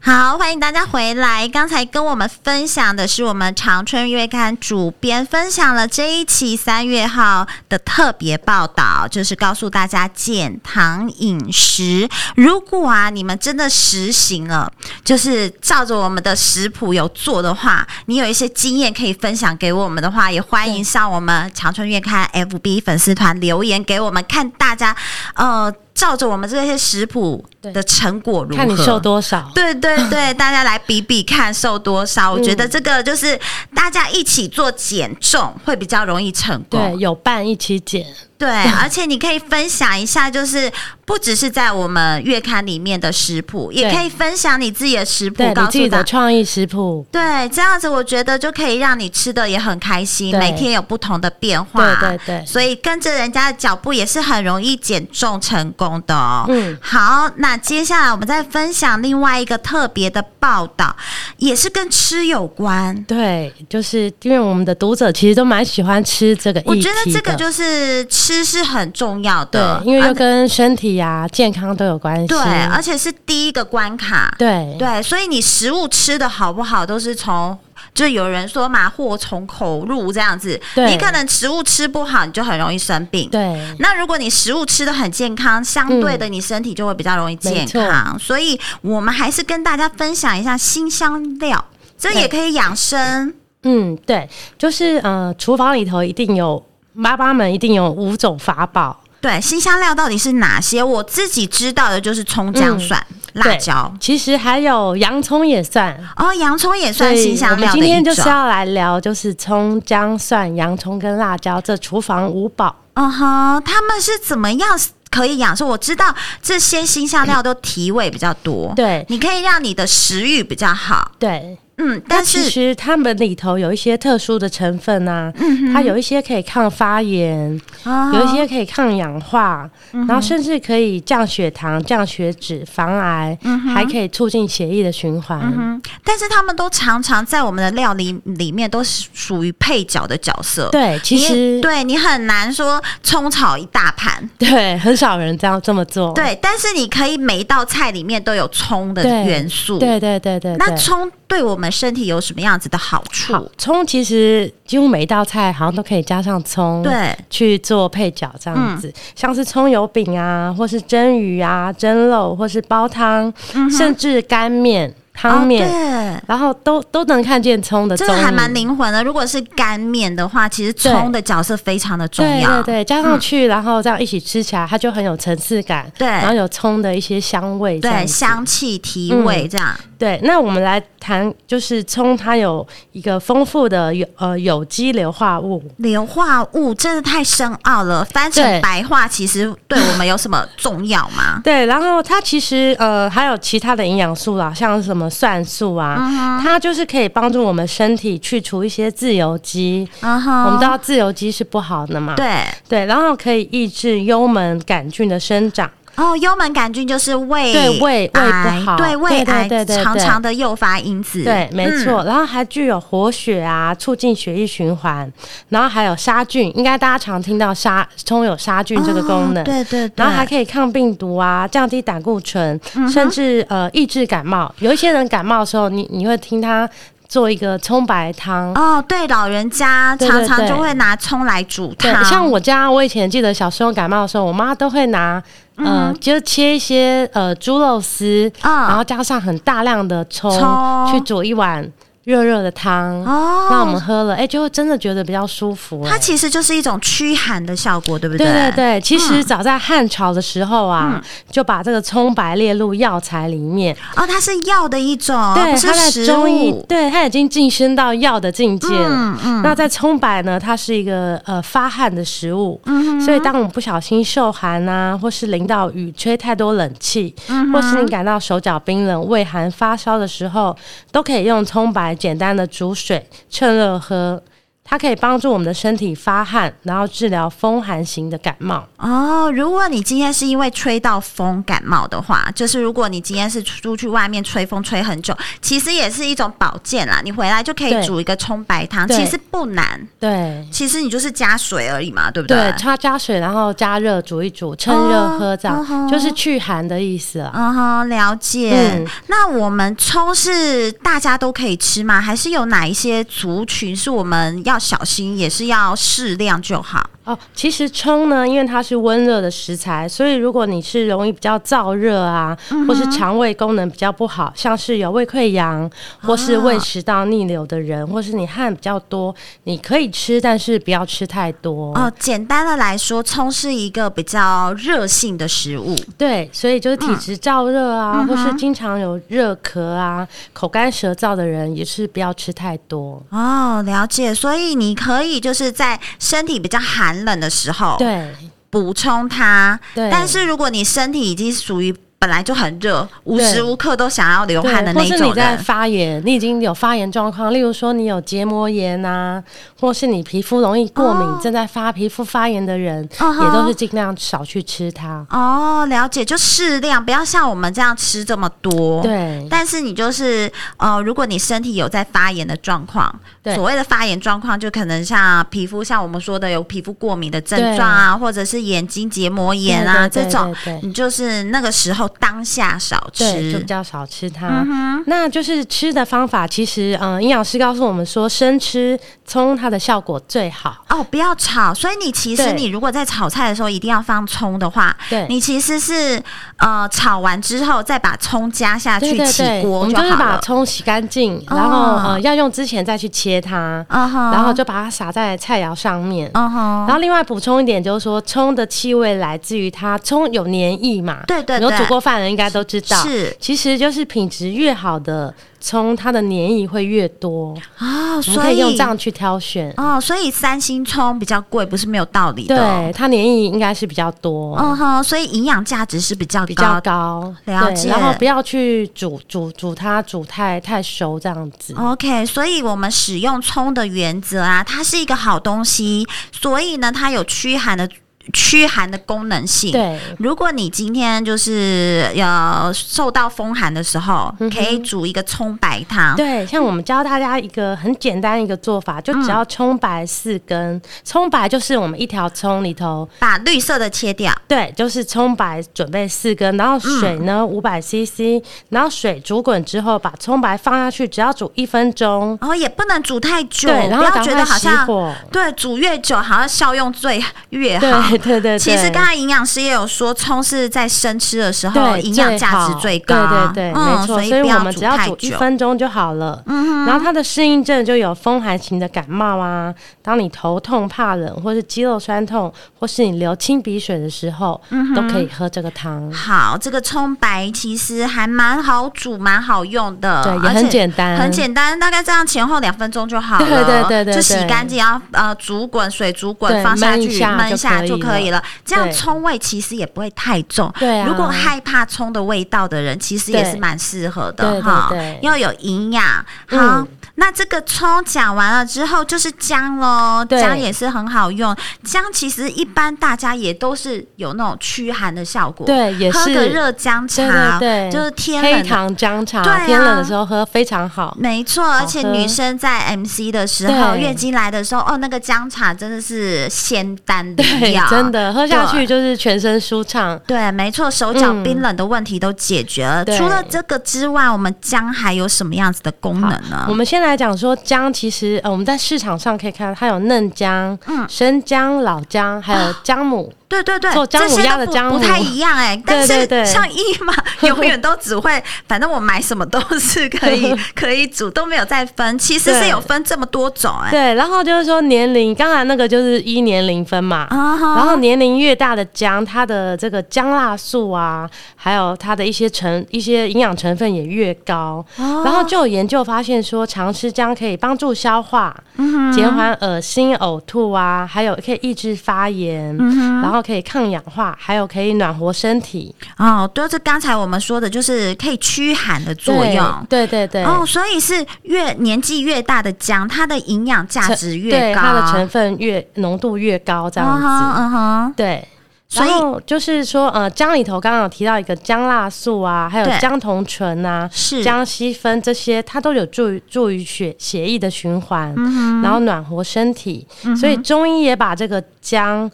Speaker 1: 好，欢迎大家回来。刚才跟我们分享的是我们长春月刊主编分享了这一期三月号的特别报道，就是告诉大家减糖饮食。如果啊，你们真的实行了，就是照着我们的食谱有做的话，你有一些经验可以分享给我们的话，也欢迎上我们长春月刊 FB 粉丝团留言给我们，看大家呃照着我们这些食谱
Speaker 2: 对
Speaker 1: 的成果如何。
Speaker 2: 看你瘦多少。
Speaker 1: 对对对，大家来比比看瘦多
Speaker 2: 嗯
Speaker 1: 少。我觉得这个就是大家一起做减重会比较容易成
Speaker 2: 对，
Speaker 1: 功。
Speaker 2: 有伴一起减。
Speaker 1: 对，而且你可以分享一下，就是不只是在我们月刊里面的食谱，也可以分享你自己的食谱
Speaker 2: 对，，你
Speaker 1: 告
Speaker 2: 自
Speaker 1: 诉
Speaker 2: 己的
Speaker 1: 大
Speaker 2: 创意食谱。
Speaker 1: 对，这样子我觉得就可以让你吃的也很开心，
Speaker 2: 对
Speaker 1: 每天有不同的变化。
Speaker 2: 对对对，
Speaker 1: 所以跟着人家的脚步也是很容易减重成功的哦。
Speaker 2: 嗯，
Speaker 1: 好，那接下来我们再分享另外一个特别的报道，也是跟吃有关。
Speaker 2: 对，就是因为我们的读者其实都蛮喜欢吃这个议题
Speaker 1: 我觉得这个
Speaker 2: 的
Speaker 1: 就是吃是很重要的，
Speaker 2: 对，因为
Speaker 1: 而
Speaker 2: 又跟身体啊、健康都有关系。
Speaker 1: 对，而且是第一个关卡。
Speaker 2: 对
Speaker 1: 对，啊所以你食物吃的好不好，都是从就有人说嘛，祸从口入这样子。
Speaker 2: 对
Speaker 1: 你可能食物吃不好，你就很容易生病。
Speaker 2: 对嗯
Speaker 1: 那如果你食物吃的很健康，相对的你身体就会比较容易健康。所以我们还是跟大家分享一下新香料，这
Speaker 2: 对
Speaker 1: 也可以养生。
Speaker 2: 嗯，对，就是呃，厨房里头一定有妈妈们一定有五种法宝。
Speaker 1: 对，新香料到底是哪些？我自己知道的就是葱、姜、蒜、辣
Speaker 2: 嗯对
Speaker 1: 椒。
Speaker 2: 其实还有洋葱也算，
Speaker 1: 哦，洋葱也
Speaker 2: 所
Speaker 1: 算新
Speaker 2: 以我
Speaker 1: 香
Speaker 2: 们
Speaker 1: 料
Speaker 2: 今
Speaker 1: 的一
Speaker 2: 天就
Speaker 1: 种。
Speaker 2: 是要来聊，就是葱、姜、蒜、洋葱跟辣椒这厨房五宝。
Speaker 1: 嗯哼，他们是怎么样可以养生？我知道这些新香料都提味比较多，
Speaker 2: 对
Speaker 1: 你可以让你的食欲比较好。
Speaker 2: 对，
Speaker 1: 嗯，但
Speaker 2: 其
Speaker 1: 是
Speaker 2: 实它们里头有一些特殊的成分啊，
Speaker 1: 嗯
Speaker 2: 它有一些可以抗发炎，有一
Speaker 1: 有
Speaker 2: 些可以抗氧化，
Speaker 1: 嗯
Speaker 2: 然后甚至可以降血糖、降血脂、防癌，还可以促进血液的循环。
Speaker 1: 嗯，但是他们都常常在我们的料理里面都是属于配角的角色。
Speaker 2: 对，其
Speaker 1: 你也，
Speaker 2: 实
Speaker 1: 对你很难说葱炒一大盘。
Speaker 2: 对很少人这样这么做。
Speaker 1: 对，但是你可以每一道菜里面都有葱的
Speaker 2: 对
Speaker 1: 元素。
Speaker 2: 对对对对，
Speaker 1: 那
Speaker 2: 对
Speaker 1: 葱对我们身体有什么样子的好
Speaker 2: 好
Speaker 1: 处？
Speaker 2: 葱其实几乎每一道菜好像都可以加上葱。
Speaker 1: 对，
Speaker 2: 去做配角这样
Speaker 1: 嗯
Speaker 2: 子，像是葱油饼啊，或是蒸鱼啊、蒸肉，或是煲汤，甚至干面。汤面，
Speaker 1: 嗯哦、
Speaker 2: 然后都都能看见葱的
Speaker 1: 对，这
Speaker 2: 踪
Speaker 1: 个还
Speaker 2: 影。
Speaker 1: 蛮灵魂的。如果是干面的话，其实葱的角色非常的重
Speaker 2: 对
Speaker 1: 要。
Speaker 2: 对对，加上去，然后这样一起吃起来，它就很有层次感，
Speaker 1: 嗯对
Speaker 2: 然后有葱的一些香嗯味，这样
Speaker 1: 对，
Speaker 2: 子
Speaker 1: 香气提味这样。
Speaker 2: 对。那我们来谈，就是葱它有一个丰富的有呃有机硫化物，
Speaker 1: 硫化物真的太深奥了，翻成
Speaker 2: 对？
Speaker 1: 白话其实对我们有什么重要吗
Speaker 2: 对，然后它其实呃还有其他的营养素啦，像什么蒜素啊，
Speaker 1: 嗯
Speaker 2: 它就是可以帮助我们身体去除一些自由基。
Speaker 1: 嗯哼，
Speaker 2: 我们知道自由基是不好的嘛，
Speaker 1: 对
Speaker 2: 对，然后可以抑制幽门杆菌的生长。
Speaker 1: 哦，幽门杆菌就是胃
Speaker 2: 对胃胃不
Speaker 1: 癌
Speaker 2: 好
Speaker 1: 对胃
Speaker 2: 对
Speaker 1: 癌
Speaker 2: 对对对对
Speaker 1: 常常的诱发因子。
Speaker 2: 对，没
Speaker 1: 嗯
Speaker 2: 错。然后还具有活血啊，促进血液循环，然后还有杀菌，应该大家常听到杀葱有杀菌这个功能。
Speaker 1: 哦对对对，嗯
Speaker 2: 然后还可以抗病毒啊，降低胆固醇，
Speaker 1: 哼
Speaker 2: 甚至呃抑制感冒。有一些人感冒的时候，你你会听他做一个葱白汤。
Speaker 1: 哦，对，老人家
Speaker 2: 对对
Speaker 1: 常常
Speaker 2: 对
Speaker 1: 就会拿葱来煮
Speaker 2: 对
Speaker 1: 汤，，
Speaker 2: 像我家，我以前记得小时候感冒的时候，我妈都会拿，呃，就切一些呃猪肉丝，
Speaker 1: 嗯
Speaker 2: 然后加上很大量的葱
Speaker 1: 葱
Speaker 2: 去煮一碗热热的汤，
Speaker 1: 哦，
Speaker 2: 那我们喝了，哎、就真的觉得比较舒服、哎
Speaker 1: 它其实就是一种驱寒的效果，对不
Speaker 2: 对对
Speaker 1: 对嗯
Speaker 2: 对，其实早在汉朝的时候啊，就把这个葱白列入药材里面。
Speaker 1: 哦，它是药的一种，
Speaker 2: 对，
Speaker 1: 啊不
Speaker 2: 它
Speaker 1: 是
Speaker 2: 在
Speaker 1: 食
Speaker 2: 中医
Speaker 1: 物，。
Speaker 2: 对，它已经晋升到药的境界了。
Speaker 1: 嗯嗯
Speaker 2: 那在葱白呢，它是一个呃发汗的食物，
Speaker 1: 嗯
Speaker 2: 所以当我们不小心受寒啊，或是淋到雨、吹太多冷气，
Speaker 1: 嗯
Speaker 2: 或是你感到手脚冰冷、畏寒发烧的时候，都可以用葱白简单的煮水趁热喝。它可以帮助我们的身体发汗，然后治疗风寒型的感冒。
Speaker 1: 哦，如果你今天是因为吹到风感冒的话，就是如果你今天是出去外面吹风吹很久，其实也是一种保健啦。你回来就可以
Speaker 2: 对
Speaker 1: 煮一个葱白汤，
Speaker 2: 对
Speaker 1: 其实不难，
Speaker 2: 对
Speaker 1: 其实你就是加水而已嘛，对不哦
Speaker 2: 对，加加水，然后加热煮一煮，趁热喝，这样、就是去寒的意思了。
Speaker 1: 嗯哼，了解。
Speaker 2: 嗯
Speaker 1: 那我们葱是大家都可以吃吗？还是有哪一些族群是我们要小心，也是要适量就好？
Speaker 2: 哦，其实葱呢，因为它是温热的食材，所以如果你是容易比较燥热啊，
Speaker 1: 嗯
Speaker 2: 或是肠胃功能比较不好，像是有胃溃
Speaker 1: 啊
Speaker 2: 疡或是胃食道逆流的人，或是你汗比较多，你可以吃，但是不要吃太多。
Speaker 1: 哦，简单的来说，葱是一个比较热性的食物。
Speaker 2: 对，所以就是体质燥热啊，
Speaker 1: 嗯
Speaker 2: 或是经常有热咳啊、口干舌燥的人，也是不要吃太多。
Speaker 1: 哦，了解。所以你可以就是在身体比较寒冷的时候
Speaker 2: 对
Speaker 1: 补充它，
Speaker 2: 对，
Speaker 1: 哦但是如果你身体已经属于本来就很热，无时无刻都想要流
Speaker 2: 对，
Speaker 1: 汗的那
Speaker 2: 或
Speaker 1: 一
Speaker 2: 是
Speaker 1: 种
Speaker 2: 你在
Speaker 1: 人，
Speaker 2: 发炎，你已经有发炎状况，例如说你有结膜炎啊，或是你皮肤容易过敏，
Speaker 1: 哦
Speaker 2: 正在发皮肤发炎的人，
Speaker 1: 嗯哼
Speaker 2: 也都是尽量少去吃它。
Speaker 1: 哦，了解，就适量，不要像我们这样吃这么多。。
Speaker 2: 对
Speaker 1: 但是你就是呃，如果你身体有在发炎的状况，
Speaker 2: 对
Speaker 1: 所谓的发炎状况，就可能像皮肤，像我们说的有皮肤过敏的症状啊，或者是眼睛结膜炎啊
Speaker 2: 对对对
Speaker 1: 这种，
Speaker 2: 对对
Speaker 1: 你就是那个时候当下少
Speaker 2: 对，就
Speaker 1: 吃
Speaker 2: 比。较少吃它。
Speaker 1: 嗯
Speaker 2: 那就是吃的方法，其实嗯，营养师告诉我们说，生吃葱它的效果最好。
Speaker 1: 哦，不要炒。所以你其实
Speaker 2: 对
Speaker 1: 你如果在炒菜的时候一定要放葱的话，
Speaker 2: 对
Speaker 1: 你其实是呃炒完之后再把葱加下
Speaker 2: 对
Speaker 1: 去
Speaker 2: 对
Speaker 1: 起
Speaker 2: 对，我
Speaker 1: 锅
Speaker 2: 们
Speaker 1: 就
Speaker 2: 就是
Speaker 1: 好
Speaker 2: 把
Speaker 1: 了。
Speaker 2: 葱洗干净，
Speaker 1: 哦
Speaker 2: 然后呃要用之前再去切它，
Speaker 1: 嗯哼
Speaker 2: 然后就把它撒在菜肴上面。
Speaker 1: 嗯哼
Speaker 2: 然，后另外补充一点，就是说葱的气味来自于它葱有黏液嘛，
Speaker 1: 对对
Speaker 2: 有
Speaker 1: 对
Speaker 2: 煮过饭的人应该都知道。
Speaker 1: 是
Speaker 2: 其实就是品质越好的葱，它的黏液会越多，
Speaker 1: 哦，
Speaker 2: 我们
Speaker 1: 所
Speaker 2: 可以
Speaker 1: 以
Speaker 2: 用这样去挑选。
Speaker 1: 哦，所以三星葱比较贵，不是没有道理的。
Speaker 2: 对，，它黏液应该是比较多，
Speaker 1: 嗯哼，所以营养价值是比较
Speaker 2: 比
Speaker 1: 高
Speaker 2: 较
Speaker 1: 的。
Speaker 2: 高。
Speaker 1: 了
Speaker 2: 对
Speaker 1: 解
Speaker 2: 然后不要去煮煮煮它煮太太熟这样子。
Speaker 1: OK，所以我们使用葱的原则啊，它是一个好东西，所以呢，它有驱寒的驱寒的功能性。。
Speaker 2: 对，
Speaker 1: 如果你今天就是呃受到风寒的时候，可以煮一个葱白汤。
Speaker 2: 嗯对，像我们教大家一个很简单一个做法，就
Speaker 1: 嗯
Speaker 2: 只要葱白四根，葱白就是我们一条葱里头
Speaker 1: 把绿色的切掉，
Speaker 2: 对，就是葱白准备四根，然后水呢
Speaker 1: 嗯
Speaker 2: 五百 CC，然后水煮滚之后，把葱白放下去，只要煮一分钟。
Speaker 1: 然后也不能煮太久，
Speaker 2: 对，然后
Speaker 1: 不要
Speaker 2: 赶
Speaker 1: 觉得
Speaker 2: 快
Speaker 1: 好
Speaker 2: 熄
Speaker 1: 像
Speaker 2: 火。
Speaker 1: 对煮越久好像效用最越好。
Speaker 2: 对对对对，
Speaker 1: 其实刚才营养师也有说，葱是在生吃的时候
Speaker 2: 对
Speaker 1: 营养价值最高，
Speaker 2: 对对对，
Speaker 1: 嗯，
Speaker 2: 没错。
Speaker 1: 以
Speaker 2: 所以
Speaker 1: 不
Speaker 2: 我
Speaker 1: 要
Speaker 2: 们
Speaker 1: 煮
Speaker 2: 只要
Speaker 1: 太
Speaker 2: 煮一
Speaker 1: 久。嗯
Speaker 2: 分钟就好了。然后它的适应症就有风寒型的感冒啊，当你头痛、怕冷，或是肌肉酸痛，或是你流清鼻水的时候，
Speaker 1: 嗯
Speaker 2: 都可以喝这个汤。
Speaker 1: 好，这个葱白其实还蛮好煮，蛮好用的，
Speaker 2: 对，也
Speaker 1: 而
Speaker 2: 很
Speaker 1: 且
Speaker 2: 简单，
Speaker 1: 很简单，大概这样前后两分钟就好了。
Speaker 2: 嗯对对对对
Speaker 1: 就洗
Speaker 2: 对
Speaker 1: 干净，然后呃煮滚水煮滚
Speaker 2: 对
Speaker 1: 放下
Speaker 2: 焖一
Speaker 1: 去
Speaker 2: 下
Speaker 1: 焖
Speaker 2: 就
Speaker 1: 一下
Speaker 2: 可
Speaker 1: 就
Speaker 2: 以
Speaker 1: 可以了。这样
Speaker 2: 对
Speaker 1: 葱味其实也不会太重。
Speaker 2: 对啊
Speaker 1: 如果害怕葱的味道的人，其实也
Speaker 2: 对
Speaker 1: 是蛮适合的
Speaker 2: 对
Speaker 1: 哈
Speaker 2: 对对，
Speaker 1: 又有营养。好，
Speaker 2: 嗯
Speaker 1: 那这个葱讲完了之后就是姜喽，
Speaker 2: 对
Speaker 1: 姜也是很好用。姜其实一般大家也都是有那种驱寒的效果，
Speaker 2: 对，也
Speaker 1: 喝个
Speaker 2: 是。
Speaker 1: 热姜
Speaker 2: 对
Speaker 1: 茶，
Speaker 2: 对对，
Speaker 1: 就是天冷
Speaker 2: 黑
Speaker 1: 的
Speaker 2: 糖姜茶，
Speaker 1: 对啊
Speaker 2: 天冷的时候喝非常好。
Speaker 1: 没错，而且
Speaker 2: 喝
Speaker 1: 女生在 MC 的时候，
Speaker 2: 对
Speaker 1: 月经来的时候，哦，那个姜茶真的是仙丹的
Speaker 2: 对
Speaker 1: 药，，
Speaker 2: 真。的喝下去就是全身舒畅。
Speaker 1: 对，没错，手脚
Speaker 2: 嗯
Speaker 1: 冰冷的问题都解决了。
Speaker 2: 对
Speaker 1: 除了这个之外，我们姜还有什么样子的功能呢
Speaker 2: 我？们先来讲说姜，其实呃我们在市场上可以看到它有嫩姜、
Speaker 1: 嗯
Speaker 2: 生姜、老姜，还有姜母。
Speaker 1: 对对对，
Speaker 2: 哦做姜
Speaker 1: 这
Speaker 2: 母
Speaker 1: 些
Speaker 2: 鸭
Speaker 1: 都
Speaker 2: 的
Speaker 1: 不
Speaker 2: 姜
Speaker 1: 不
Speaker 2: 母
Speaker 1: 太一样哎、但
Speaker 2: 对
Speaker 1: 是
Speaker 2: 对
Speaker 1: 像一嘛，永远都只会， 反正我买什么都是可 以可以煮，都没有再分。其实是
Speaker 2: 对
Speaker 1: 有分这么多种哎、
Speaker 2: 对，然后就是说年龄，刚才那个就是一年龄分嘛。
Speaker 1: 啊哈
Speaker 2: 然后年龄越大的姜，它的这个姜辣素啊，还有它的一些成一些营养成分也越高。
Speaker 1: 哦
Speaker 2: 然后就有研究发现说，常吃姜可以帮助消化，
Speaker 1: 嗯
Speaker 2: 减缓恶心、呕吐啊，还有可以抑制发炎，
Speaker 1: 嗯
Speaker 2: 然后可以抗氧化，还有可以暖和身体。
Speaker 1: 哦，对，这刚才我们说的就是可以驱寒的作用。
Speaker 2: 对对对，
Speaker 1: 哦，所以是越年纪越大的姜，它的营养价值越
Speaker 2: 对
Speaker 1: 高，
Speaker 2: 它的成分越浓度越高，这样
Speaker 1: 嗯
Speaker 2: 子。
Speaker 1: 哼嗯哼，
Speaker 2: 对。
Speaker 1: 所以
Speaker 2: 然后就是说，呃，姜里头刚刚有提到一个姜辣素啊，还有
Speaker 1: 对嗯
Speaker 2: 姜酮醇啊、
Speaker 1: 是
Speaker 2: 姜烯酚这些，它都有助于助于血血液的循环，
Speaker 1: 嗯
Speaker 2: 然后暖和身体。所以中医也把这个姜，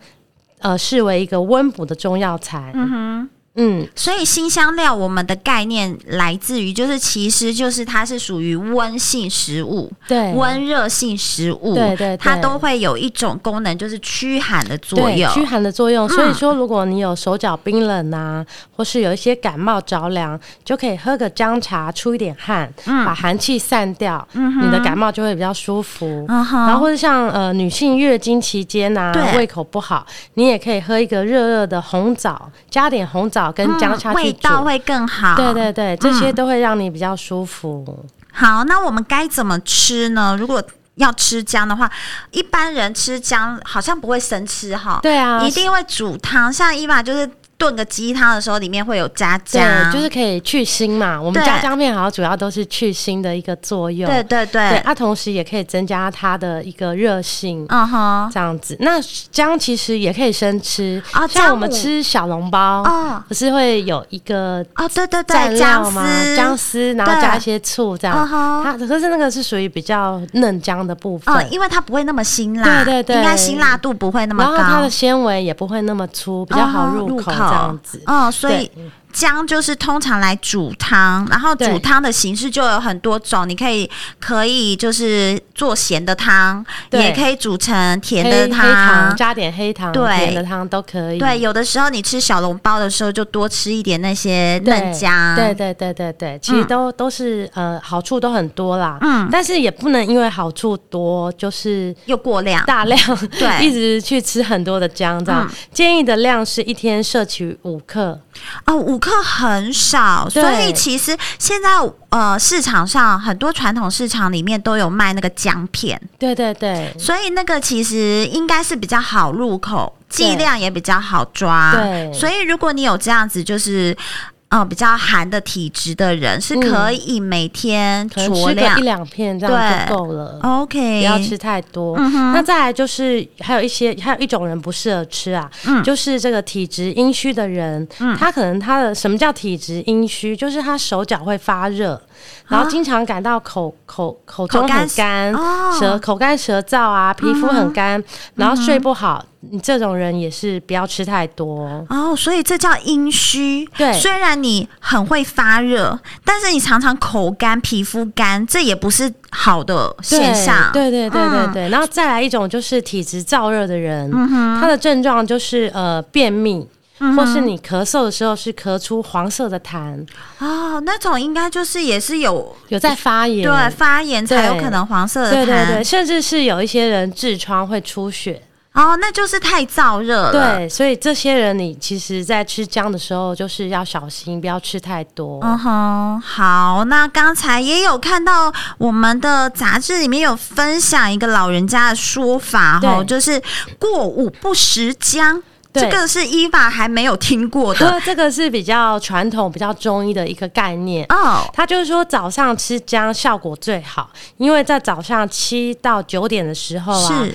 Speaker 2: 呃，视为一个温补的中药材。嗯哼，嗯，
Speaker 1: 所以辛香料我们的概念来自于，就是其实就是它是属于温性食物。
Speaker 2: 对，
Speaker 1: 温热性食物，
Speaker 2: 对对对
Speaker 1: 它都会有一种功能，就是驱寒的作
Speaker 2: 对
Speaker 1: 用。嗯
Speaker 2: 驱寒的作用。所以说，如果你有手脚冰冷啊，或是有一些感冒着凉，就可以喝个姜茶，出一点汗，
Speaker 1: 嗯
Speaker 2: 把寒气散掉，你的感冒就会比较舒服。
Speaker 1: 嗯哼
Speaker 2: 然后或者像呃女性月经期间呐、
Speaker 1: 对
Speaker 2: 胃口不好，你也可以喝一个热热的红枣，加点红枣跟姜下
Speaker 1: 嗯、
Speaker 2: 去
Speaker 1: 味
Speaker 2: 煮。
Speaker 1: 道会嗯更好。
Speaker 2: 对对对，这些都会让你比较舒服。
Speaker 1: 好，那我们该怎么吃呢？如果要吃姜的话，一般人吃姜好像不会生吃哈，
Speaker 2: 对啊，
Speaker 1: 一定会煮汤。像伊玛就是炖个鸡汤的时候，里面会有加姜，
Speaker 2: 对，就是可以去腥嘛。我们
Speaker 1: 对
Speaker 2: 家姜片好像主要都是去腥的一个作用。
Speaker 1: 对对对，
Speaker 2: 对，它、同时也可以增加它的一个热性。
Speaker 1: 嗯哼，
Speaker 2: 这样子，那姜其实也可以生吃，
Speaker 1: 啊姜
Speaker 2: 像我
Speaker 1: 母
Speaker 2: 们吃小笼包，
Speaker 1: 哦
Speaker 2: 不是会有一个
Speaker 1: 哦，对对
Speaker 2: 蘸
Speaker 1: 对，
Speaker 2: 料
Speaker 1: 姜
Speaker 2: 吗？
Speaker 1: 丝，
Speaker 2: 姜丝，然后
Speaker 1: 对
Speaker 2: 加一些醋这样
Speaker 1: 嗯。哼
Speaker 2: 它可是那个是属于比较嫩姜的部分，
Speaker 1: 嗯，因为它不会那么辛辣，
Speaker 2: 对对对
Speaker 1: 应该辛辣度不会那么
Speaker 2: 然后
Speaker 1: 高，
Speaker 2: 它的纤维也不会那么粗，比较好
Speaker 1: 嗯哼
Speaker 2: 入口这样子。
Speaker 1: 嗯，所以
Speaker 2: 对。
Speaker 1: 姜就是通常来煮汤，然后煮
Speaker 2: 对
Speaker 1: 汤的形式就有很多种，你可以可以就是做咸的汤，
Speaker 2: 对
Speaker 1: 也可以煮成甜
Speaker 2: 黑
Speaker 1: 的
Speaker 2: 黑糖加点黑糖，
Speaker 1: 对
Speaker 2: 甜的汤都可以。
Speaker 1: 对，有的时候你吃小笼包的时候，就多吃一点那些
Speaker 2: 对
Speaker 1: 嫩姜。
Speaker 2: 对对对对对，其实都、都是呃好处都很多啦，
Speaker 1: 嗯
Speaker 2: 但是也不能因为好处多就是。
Speaker 1: 又过量。
Speaker 2: 大量
Speaker 1: 对嗯
Speaker 2: 一直去吃很多的姜，这样、建议的量是一天摄取五克。
Speaker 1: 哦，五克很少，
Speaker 2: 对
Speaker 1: 所以其实现在呃市场上很多传统市场里面都有卖那个姜片，
Speaker 2: 对对对
Speaker 1: 所以那个其实应该是比较好入口，剂量也比较好抓。
Speaker 2: 对
Speaker 1: 所以如果你有这样子就是。呃，比较寒的体质的人是可以每天
Speaker 2: 嗯可能
Speaker 1: 酌
Speaker 2: 吃
Speaker 1: 量
Speaker 2: 个一两片这样就够了。
Speaker 1: ，OK，
Speaker 2: 不要吃太多。
Speaker 1: 嗯
Speaker 2: 那再来就是还有一些，还有一种人不适合吃啊，
Speaker 1: 嗯
Speaker 2: 就是这个体质阴虚的人，他可能他的什么叫体质阴虚，就是他手脚会发热，然后经常感到口口口中
Speaker 1: 啊干
Speaker 2: 很干，
Speaker 1: 哦嗯
Speaker 2: 舌口干舌燥啊，皮肤很干，然后睡不好，你这种人也是不要吃太多。
Speaker 1: 哦，所以这叫阴虚。
Speaker 2: 对
Speaker 1: 虽然你很会发热，但是你常常口干、皮肤干，这也不是好的现象。
Speaker 2: 对对对对
Speaker 1: 嗯
Speaker 2: 对对，然后再来一种就是体质燥热的人，他的症状就是呃便秘，
Speaker 1: 嗯
Speaker 2: 或是你咳嗽的时候是咳出黄色的痰，
Speaker 1: 哦，那种应该就是也是有
Speaker 2: 有在发炎。
Speaker 1: 对发炎才有
Speaker 2: 对
Speaker 1: 可能黄色的
Speaker 2: 对
Speaker 1: 痰。
Speaker 2: 对对，甚至是有一些人痔疮会出血，
Speaker 1: 哦，那就是太燥热了。。
Speaker 2: 对，所以这些人你其实，在吃姜的时候就是要小心，不要吃太多。
Speaker 1: 嗯哼，好，那刚才也有看到我们的杂志里面有分享一个老人家的说法哦，
Speaker 2: 对
Speaker 1: 就是过午不食姜，
Speaker 2: 对
Speaker 1: 这个是伊法还没有听过的
Speaker 2: 喝这个是比较传统、比较中医的一个概念。
Speaker 1: 哦。
Speaker 2: 他就是说早上吃姜效果最好，因为在早上七到九点的时候啊，
Speaker 1: 是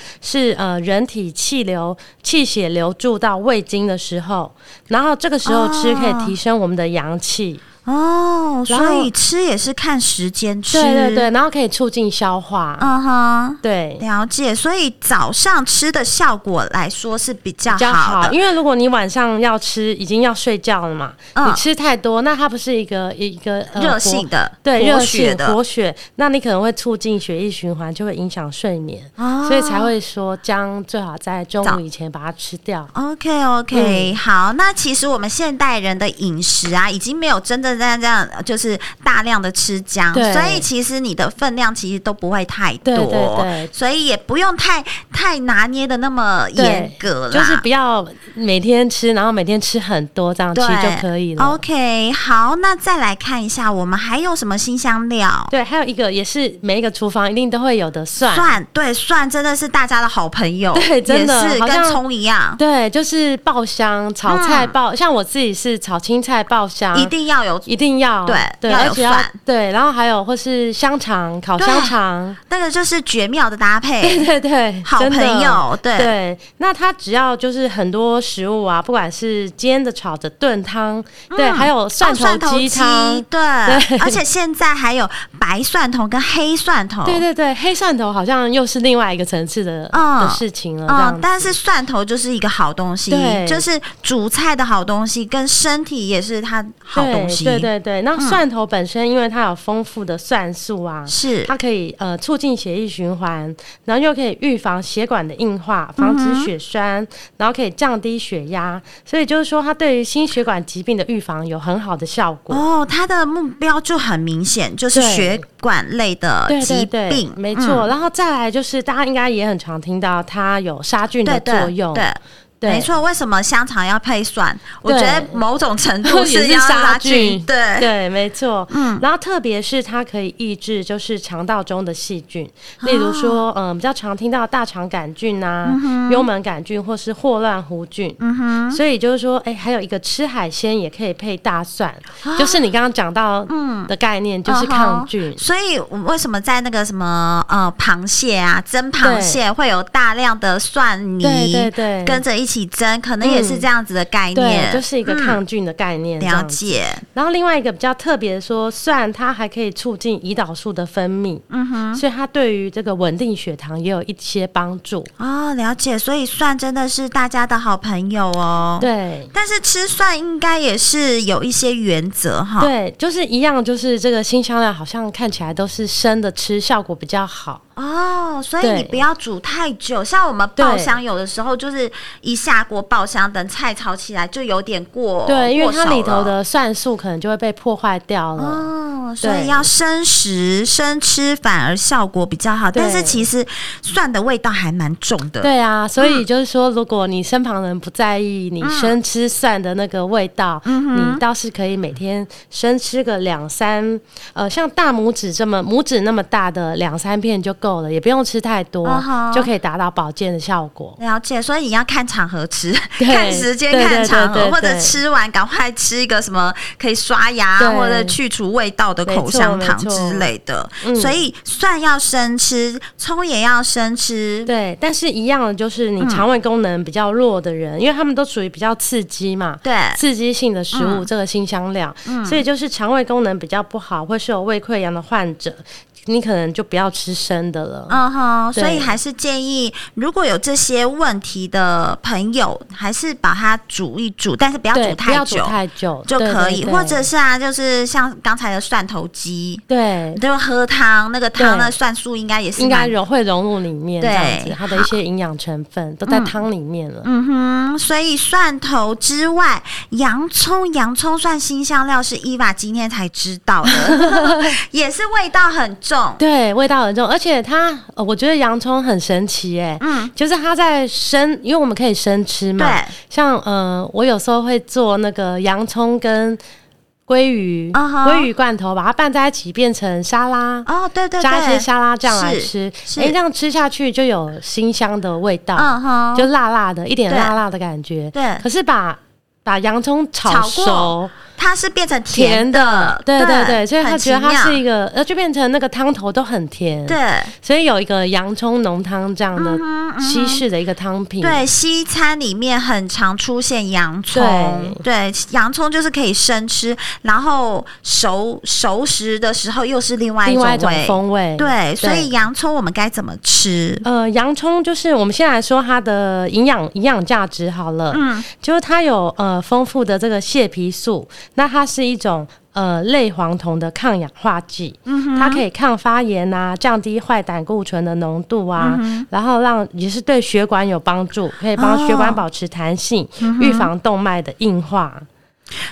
Speaker 2: 是呃人体气流、气血流注到胃经的时候，然后这个时候吃可以提升我们的阳气，
Speaker 1: 哦，
Speaker 2: 然后
Speaker 1: 所以吃也是看时间吃，
Speaker 2: 对对对，，然后可以促进消化，
Speaker 1: 嗯哼，
Speaker 2: 对。
Speaker 1: 了解。所以早上吃的效果来说是比较
Speaker 2: 比较
Speaker 1: 啊好的，
Speaker 2: 因为如果你晚上要吃，已经要睡觉了嘛，
Speaker 1: 嗯
Speaker 2: 你吃太多，那它不是一个一个呃
Speaker 1: 热
Speaker 2: 活
Speaker 1: 性的，
Speaker 2: 对
Speaker 1: 活
Speaker 2: 热
Speaker 1: 血
Speaker 2: 性
Speaker 1: 的，
Speaker 2: 活血，那你可能会促进血液循环，就会影响睡眠，
Speaker 1: 哦
Speaker 2: 所以才会说姜最好在中
Speaker 1: 早
Speaker 2: 午以前把它吃掉。
Speaker 1: OK
Speaker 2: 嗯
Speaker 1: OK，、好，那其实我们现代人的饮食啊，已经没有真正在这样，就是大量的吃姜，
Speaker 2: 对
Speaker 1: 所以其实你的分量其实都不会太多，
Speaker 2: 对对对
Speaker 1: 所以也不用太太拿捏的那么严格啦，
Speaker 2: 就是不要每天吃，然后每天吃很多，这样其
Speaker 1: 对哦
Speaker 2: 实就可以了。
Speaker 1: OK，好，那再来看一下我们还有什么新香料。
Speaker 2: 对，还有一个也是每一个厨房一定都会有的蒜，
Speaker 1: 蒜对蒜真的是大家的好朋友，
Speaker 2: 对真的
Speaker 1: 也是
Speaker 2: 好像
Speaker 1: 跟葱一样，
Speaker 2: 对，就是爆香炒菜爆，像我自己是炒青菜爆香，
Speaker 1: 嗯一定要有
Speaker 2: 一定要
Speaker 1: 对
Speaker 2: 对，
Speaker 1: 要有
Speaker 2: 而且要
Speaker 1: 蒜
Speaker 2: 对，然后还有或是香肠烤香肠，
Speaker 1: 那个就是绝妙的搭
Speaker 2: 对
Speaker 1: 配，
Speaker 2: 对对，
Speaker 1: 好
Speaker 2: 真的
Speaker 1: 朋友对啊
Speaker 2: 对，那它只要就是很多食物啊，不管是煎的、炒的、炖汤，对，还有蒜
Speaker 1: 哦蒜
Speaker 2: 头鸡汤
Speaker 1: 鸡，对，而且现在还有白蒜头跟黑蒜头，
Speaker 2: 对对对，黑蒜头好像又是另外一个层次的
Speaker 1: 哦嗯
Speaker 2: 的事情了，这
Speaker 1: 嗯
Speaker 2: 样，子。
Speaker 1: 但是蒜头就是一个好东西，
Speaker 2: 对
Speaker 1: 就是煮菜的好东西，跟身体也是它好东西，嗯
Speaker 2: 对对对对，那蒜头本身因为它有丰富的蒜素啊，
Speaker 1: 是
Speaker 2: 它可以呃促进血液循环，然后又可以预防血管的硬化，防止血栓，
Speaker 1: 嗯
Speaker 2: 然后可以降低血压，所以就是说它对于心血管疾病的预防有很好的效果。
Speaker 1: 哦，它的目标就很明显，就是
Speaker 2: 对
Speaker 1: 血管类的
Speaker 2: 对
Speaker 1: 疾
Speaker 2: 对对
Speaker 1: 病，，
Speaker 2: 没
Speaker 1: 嗯
Speaker 2: 错。然后再来就是，大家应该也很常听到它有杀菌
Speaker 1: 对
Speaker 2: 的
Speaker 1: 对
Speaker 2: 作用，
Speaker 1: 对。
Speaker 2: 对
Speaker 1: 没错，为什么香肠要配蒜？我觉得某种程度
Speaker 2: 也是
Speaker 1: 要
Speaker 2: 杀
Speaker 1: 菌，
Speaker 2: 菌
Speaker 1: 对，
Speaker 2: 对，没错。
Speaker 1: 嗯
Speaker 2: 嗯，然后特别是它可以抑制就是肠道中的细菌，例如
Speaker 1: 啊
Speaker 2: 说，嗯、比较常听到大肠杆菌啊、
Speaker 1: 嗯
Speaker 2: 幽门杆菌或是霍乱弧菌。嗯哼，所以就是说，哎、还有一个吃海鲜也可以配大蒜，
Speaker 1: 啊
Speaker 2: 就是你刚刚讲到
Speaker 1: 嗯
Speaker 2: 的概念，就是抗菌。
Speaker 1: 所以我为什么在那个什么呃螃蟹啊蒸螃
Speaker 2: 对
Speaker 1: 蟹会有大量的蒜泥
Speaker 2: 对对对
Speaker 1: 跟着一起蒸，可能也是
Speaker 2: 嗯
Speaker 1: 这样子的概念，
Speaker 2: 对，就是一个
Speaker 1: 嗯
Speaker 2: 抗菌的概念、这
Speaker 1: 了
Speaker 2: 样子。
Speaker 1: 解，
Speaker 2: 然后另外一个比较特别的说，蒜它还可以促进胰岛素的分泌，嗯哼，所以它对于这个稳定血糖也有一些帮助。
Speaker 1: 哦，了解，所以蒜真的是大家的好朋友哦。，
Speaker 2: 对。
Speaker 1: 但是吃蒜应该也是有一些原则哈。，
Speaker 2: 对，就是一样，就是这个新香料好像看起来都是生的吃，效果比较好。
Speaker 1: 哦，所以
Speaker 2: 对
Speaker 1: 你不要煮太久，像我们爆
Speaker 2: 对
Speaker 1: 香有的时候就是一下锅爆香，等菜炒起来就有点过，
Speaker 2: 对，因为
Speaker 1: 哦过
Speaker 2: 它
Speaker 1: 少
Speaker 2: 里头
Speaker 1: 了
Speaker 2: 的蒜素可能就会被破坏掉了。
Speaker 1: 哦，所以
Speaker 2: 对
Speaker 1: 要生食生吃反而效果比较好，
Speaker 2: 对
Speaker 1: 但是其实蒜的味道还蛮重的。
Speaker 2: 对啊，所以就是说，如果你身旁人不在意你生吃蒜的那个味道，
Speaker 1: 嗯
Speaker 2: 你倒是可以每天生吃个两三，呃，像大拇指这么拇指那么大的两三片就够了，也不用吃太多
Speaker 1: 嗯哼
Speaker 2: 就可以达到保健的效果。
Speaker 1: 了解，所以你要看场合吃，
Speaker 2: 对
Speaker 1: 看时间、
Speaker 2: 对对
Speaker 1: 看场
Speaker 2: 对
Speaker 1: 合，
Speaker 2: 对
Speaker 1: 或者
Speaker 2: 对
Speaker 1: 吃完赶快吃一个什么可以刷牙
Speaker 2: 对
Speaker 1: 或者去除味道的口香糖之类的。
Speaker 2: 没错没错嗯
Speaker 1: 所以蒜要生吃，葱也要生吃。
Speaker 2: 对，但是一样的就是
Speaker 1: 嗯
Speaker 2: 你肠胃功能比较弱的人，因为他们都属于比较刺激嘛，
Speaker 1: 对嗯
Speaker 2: 刺激性的食物，这个新香料，所以就是肠胃功能比较不好，或是有胃溃疡的患者，你可能就不要吃生的了。
Speaker 1: 嗯哼，
Speaker 2: 对
Speaker 1: 所以还是建议，如果有这些问题的朋友，还是把它煮一煮，但是不要
Speaker 2: 对，
Speaker 1: 煮
Speaker 2: 不要
Speaker 1: 太
Speaker 2: 煮
Speaker 1: 久
Speaker 2: 太久
Speaker 1: 就可以，
Speaker 2: 对对对
Speaker 1: 或者是啊，就是像刚才的蒜头鸡，
Speaker 2: 对，
Speaker 1: 就喝汤，那个汤
Speaker 2: 对
Speaker 1: 的蒜素应该也是
Speaker 2: 应该
Speaker 1: 蛮
Speaker 2: 融会融入里面，
Speaker 1: 对
Speaker 2: 这样子，它的一些营养成分都在汤里面了。
Speaker 1: 嗯哼，所以蒜头之外，洋葱，洋葱算新香料是伊娃今天才知道的， 也是味道很重。
Speaker 2: 对，味道很重，而且它，呃我觉得洋葱很神奇哎、
Speaker 1: 嗯，
Speaker 2: 就是它在生，因为我们可以生吃嘛。
Speaker 1: 对，
Speaker 2: 像呃，我有时候会做那个洋葱跟鲑鱼、
Speaker 1: 嗯哼
Speaker 2: 鲑鱼罐头，把它拌在一起变成沙拉，
Speaker 1: 哦，对对
Speaker 2: 加一些
Speaker 1: 对，
Speaker 2: 沙拉酱来
Speaker 1: 是
Speaker 2: 吃。
Speaker 1: 是
Speaker 2: 哎、这样吃下去就有新香的味道，
Speaker 1: 嗯哼，
Speaker 2: 就辣辣的，一点
Speaker 1: 对
Speaker 2: 辣辣的感觉。
Speaker 1: 对，
Speaker 2: 可是把把洋葱
Speaker 1: 炒
Speaker 2: 炒
Speaker 1: 过
Speaker 2: 熟，
Speaker 1: 它是变成
Speaker 2: 甜
Speaker 1: 的，
Speaker 2: 对对对，所以他
Speaker 1: 很
Speaker 2: 觉得它
Speaker 1: 奇妙
Speaker 2: 是一个，呃，就变成那个汤头都很甜。，
Speaker 1: 对。
Speaker 2: 所以有一个洋葱浓汤这样的
Speaker 1: 嗯哼
Speaker 2: 西式的一个汤品。
Speaker 1: 对，西餐里面很常出现洋葱，对，洋葱就是可以生吃，然后熟熟食的时候又是另外一
Speaker 2: 另
Speaker 1: 种
Speaker 2: 外一种
Speaker 1: 味，
Speaker 2: 风味。
Speaker 1: 对，所以洋葱我们该怎么吃？
Speaker 2: 呃，洋葱就是我们先来说它的营养营养价值好了，
Speaker 1: 嗯，
Speaker 2: 就是它有呃丰富的这个蟹皮素，那它是一种呃类黄酮的抗氧化剂，嗯、它可以抗发炎啊，降低坏胆固醇的浓度啊，
Speaker 1: 嗯
Speaker 2: 然后让也是对血管有帮助，可以帮血管
Speaker 1: 哦嗯
Speaker 2: 保持弹性，预、防动脉的硬化。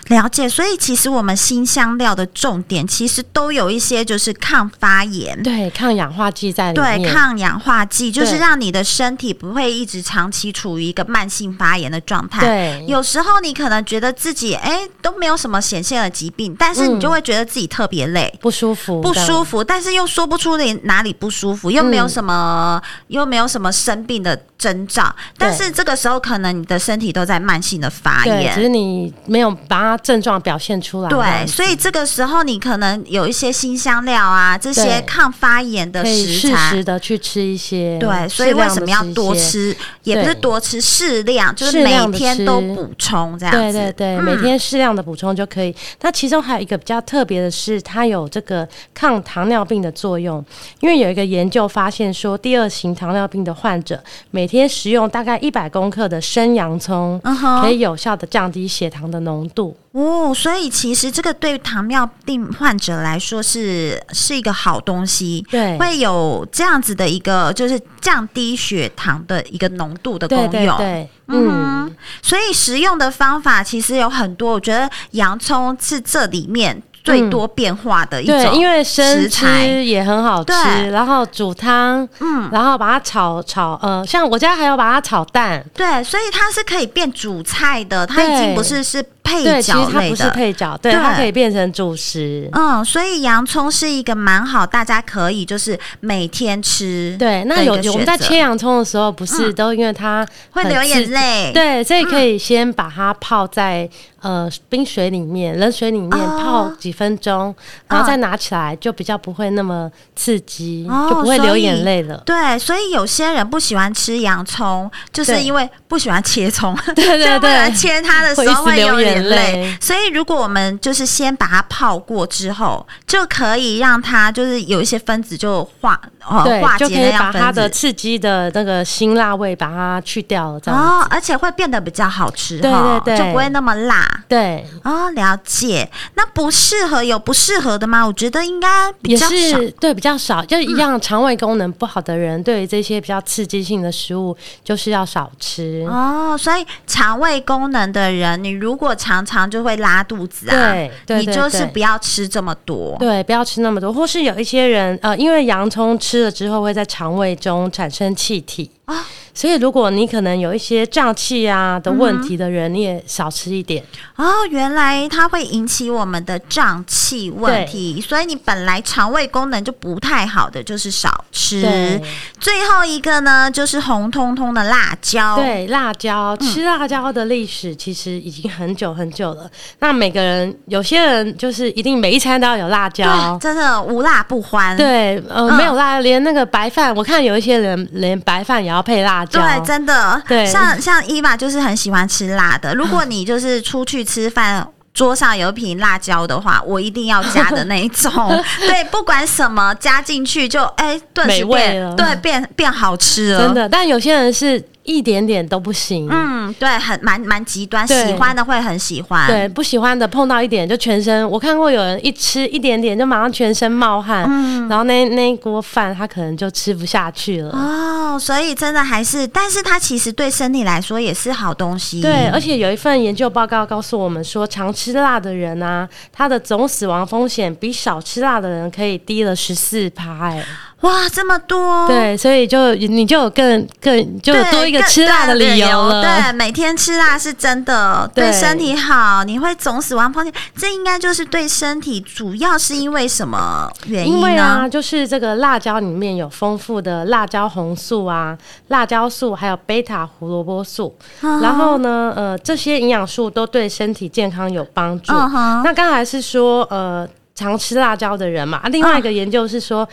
Speaker 1: 了解，所以其实我们新香料的重点其实都有一些就是抗发炎，
Speaker 2: 对，抗氧化剂在里面。
Speaker 1: 对抗氧化剂，就是
Speaker 2: 对
Speaker 1: 让你的身体不会一直长期处于一个慢性发炎的状态。
Speaker 2: 对
Speaker 1: 有时候你可能觉得自己哎都没有什么显现的疾病，但是你
Speaker 2: 嗯
Speaker 1: 就会觉得自己特别累。
Speaker 2: 不舒服，
Speaker 1: 不
Speaker 2: 这样
Speaker 1: 舒服，但是又说不出你哪里不舒服，又没有
Speaker 2: 嗯
Speaker 1: 什么，又没有什么生病的征兆，但是这个时候可能你的身体都在慢性的发
Speaker 2: 对，只是
Speaker 1: 炎。
Speaker 2: 你没有把它症状表现出来。这
Speaker 1: 啊对，
Speaker 2: 样子
Speaker 1: 所以这个时候你可能有一些新香料啊，这些
Speaker 2: 对
Speaker 1: 抗发炎的
Speaker 2: 可以
Speaker 1: 食
Speaker 2: 适
Speaker 1: 材
Speaker 2: 时，的去吃一些，
Speaker 1: 对，所以
Speaker 2: 适量
Speaker 1: 为
Speaker 2: 地
Speaker 1: 什么要多
Speaker 2: 一些？
Speaker 1: 吃？也不是
Speaker 2: 对
Speaker 1: 多吃，适量，就是
Speaker 2: 适
Speaker 1: 每
Speaker 2: 量地
Speaker 1: 天
Speaker 2: 吃
Speaker 1: 都补充这样
Speaker 2: 对
Speaker 1: 子。嗯
Speaker 2: 对对，每天适量的补充就可以。它其中还有一个比较特别的是，它有这个抗糖尿病的作用。因为有一个研究发现说，第二型糖尿病的患者每天食用大概一百公克的生洋葱，
Speaker 1: 嗯
Speaker 2: 可
Speaker 1: 哼，
Speaker 2: 以有效的降低血糖的浓度。
Speaker 1: 哦，所以其实这个对糖尿病患者来说是是一个好东西。
Speaker 2: 对，
Speaker 1: 会有这样子的一个，就是降低血糖的一个浓度的功
Speaker 2: 对
Speaker 1: 用。
Speaker 2: 对对，
Speaker 1: 嗯
Speaker 2: 嗯，
Speaker 1: 所以食用的方法其实有很多，我觉得洋葱是这里面最多变化的一种。
Speaker 2: 嗯对，因为生
Speaker 1: 食材
Speaker 2: 吃也很好吃
Speaker 1: 对，
Speaker 2: 然后煮汤，
Speaker 1: 嗯，
Speaker 2: 然后把它炒炒，呃，像我家还有把它炒蛋，
Speaker 1: 对，所以它是可以变主菜的，它已
Speaker 2: 对
Speaker 1: 经不是是配
Speaker 2: 对，其
Speaker 1: 角
Speaker 2: 实它
Speaker 1: 类
Speaker 2: 不是
Speaker 1: 的。
Speaker 2: 配角，对，
Speaker 1: 对
Speaker 2: 它可以变成主食。
Speaker 1: 嗯，所以洋葱是一个蛮好，大家可以就是每天吃。
Speaker 2: 对，那有
Speaker 1: 的一个
Speaker 2: 有我们在
Speaker 1: 选择嗯
Speaker 2: 切洋葱的时候，不是都因为它
Speaker 1: 会
Speaker 2: 很
Speaker 1: 流眼
Speaker 2: 刺
Speaker 1: 泪。嗯
Speaker 2: 对，所以可以先把它泡在呃冰水里面、冷水里面
Speaker 1: 哦嗯
Speaker 2: 泡几分钟，然后再拿起来，就比较不会那么刺激，
Speaker 1: 哦
Speaker 2: 就不会流
Speaker 1: 所以
Speaker 2: 眼泪了。
Speaker 1: 对，所以有些人不喜欢吃洋葱，就是
Speaker 2: 对
Speaker 1: 因为不喜欢切葱，
Speaker 2: 对对
Speaker 1: 就不
Speaker 2: 对
Speaker 1: 能切它的时候
Speaker 2: 会
Speaker 1: 会
Speaker 2: 一直流
Speaker 1: 有眼
Speaker 2: 眼
Speaker 1: 泪
Speaker 2: 泪。
Speaker 1: 所以如果我们就是先把它泡过之后，就可以让它就是有一些分子就化呃
Speaker 2: 对
Speaker 1: 化，
Speaker 2: 就
Speaker 1: 解
Speaker 2: 可以
Speaker 1: 那
Speaker 2: 把
Speaker 1: 样
Speaker 2: 它
Speaker 1: 分
Speaker 2: 的
Speaker 1: 子。
Speaker 2: 刺激的那个辛辣味把它去掉了，这样子。
Speaker 1: 哦，而且会变得比较好吃
Speaker 2: 对
Speaker 1: 哈，
Speaker 2: 对对
Speaker 1: 就不会那么辣
Speaker 2: 对，
Speaker 1: 哦。了解，那不适合有不适合的吗？我觉得应该比
Speaker 2: 也
Speaker 1: 较少。
Speaker 2: 是对比较少，就是一样肠胃功能不好的人，对于这些比较刺激性的食物，就是要少
Speaker 1: 哦
Speaker 2: 吃。
Speaker 1: 哦，所以肠胃功能的人，你如果常常就会拉肚子啊。
Speaker 2: 对，对
Speaker 1: 你就是
Speaker 2: 对
Speaker 1: 不要吃这么多。
Speaker 2: 对，不要吃那么多，或是有一些人，呃，因为洋葱吃了之后会在肠胃中产生气体
Speaker 1: 啊
Speaker 2: 所以如果你可能有一些胀气啊
Speaker 1: 嗯
Speaker 2: 的问题的人，你也少吃一点。
Speaker 1: 哦，原来它会引起我们的胀气问题，所以你本来肠胃功能就不太好的，就是少吃
Speaker 2: 对。
Speaker 1: 最后一个呢，就是红彤彤的辣椒。
Speaker 2: 对，辣椒吃辣椒的历史其实已经很久很久了。那每个人，有些人就是一定每一餐都要有辣
Speaker 1: 对，
Speaker 2: 椒。
Speaker 1: 真的无辣不欢。
Speaker 2: 对，呃，
Speaker 1: 嗯
Speaker 2: 没有辣，连那个白饭，我看有一些人连白饭也要配辣椒。
Speaker 1: 对，真的，
Speaker 2: 对
Speaker 1: 像像伊娃就是很喜欢吃辣 的。如果你就是出去吃饭。桌上有一瓶辣椒的话，我一定要加的那一 种。对，不管什么加进去就哎，顿时
Speaker 2: 美味
Speaker 1: 变
Speaker 2: 了
Speaker 1: 对变变好吃了，
Speaker 2: 真。的，但有些人是一点点都不行。
Speaker 1: 嗯，对，很蛮蛮极端，
Speaker 2: 对
Speaker 1: 喜欢的会很喜欢。
Speaker 2: 对，不喜欢的碰到一点就全身，我看过有人一吃一点点就马上全身冒汗，
Speaker 1: 嗯
Speaker 2: 然后那那一锅饭他可能就吃不下去了。
Speaker 1: 哦，所以真的还是，但是它其实对身体来说也是好东西。
Speaker 2: 对，而且有一份研究报告告诉我们说，常吃辣的人啊，他的总死亡风险比少吃辣的人可以低了十四趴。哎、
Speaker 1: 哇，这么多。。
Speaker 2: 对，所以就你就有更更就有多一个吃辣的理由了。
Speaker 1: 对，每天吃辣是真的对
Speaker 2: 对
Speaker 1: 身体好，你会总死亡风险。这应该就是对身体，主要是因为什么原因
Speaker 2: 因为啊，
Speaker 1: 呢？
Speaker 2: 就是这个辣椒里面有丰富的辣椒红素啊、辣椒素，还有贝塔胡萝卜素。然后呢，呃，这些营养素都对身体健康有帮助。
Speaker 1: 嗯哼
Speaker 2: 那刚才是说，呃。常吃辣椒的人嘛，啊，另外一个研究是说，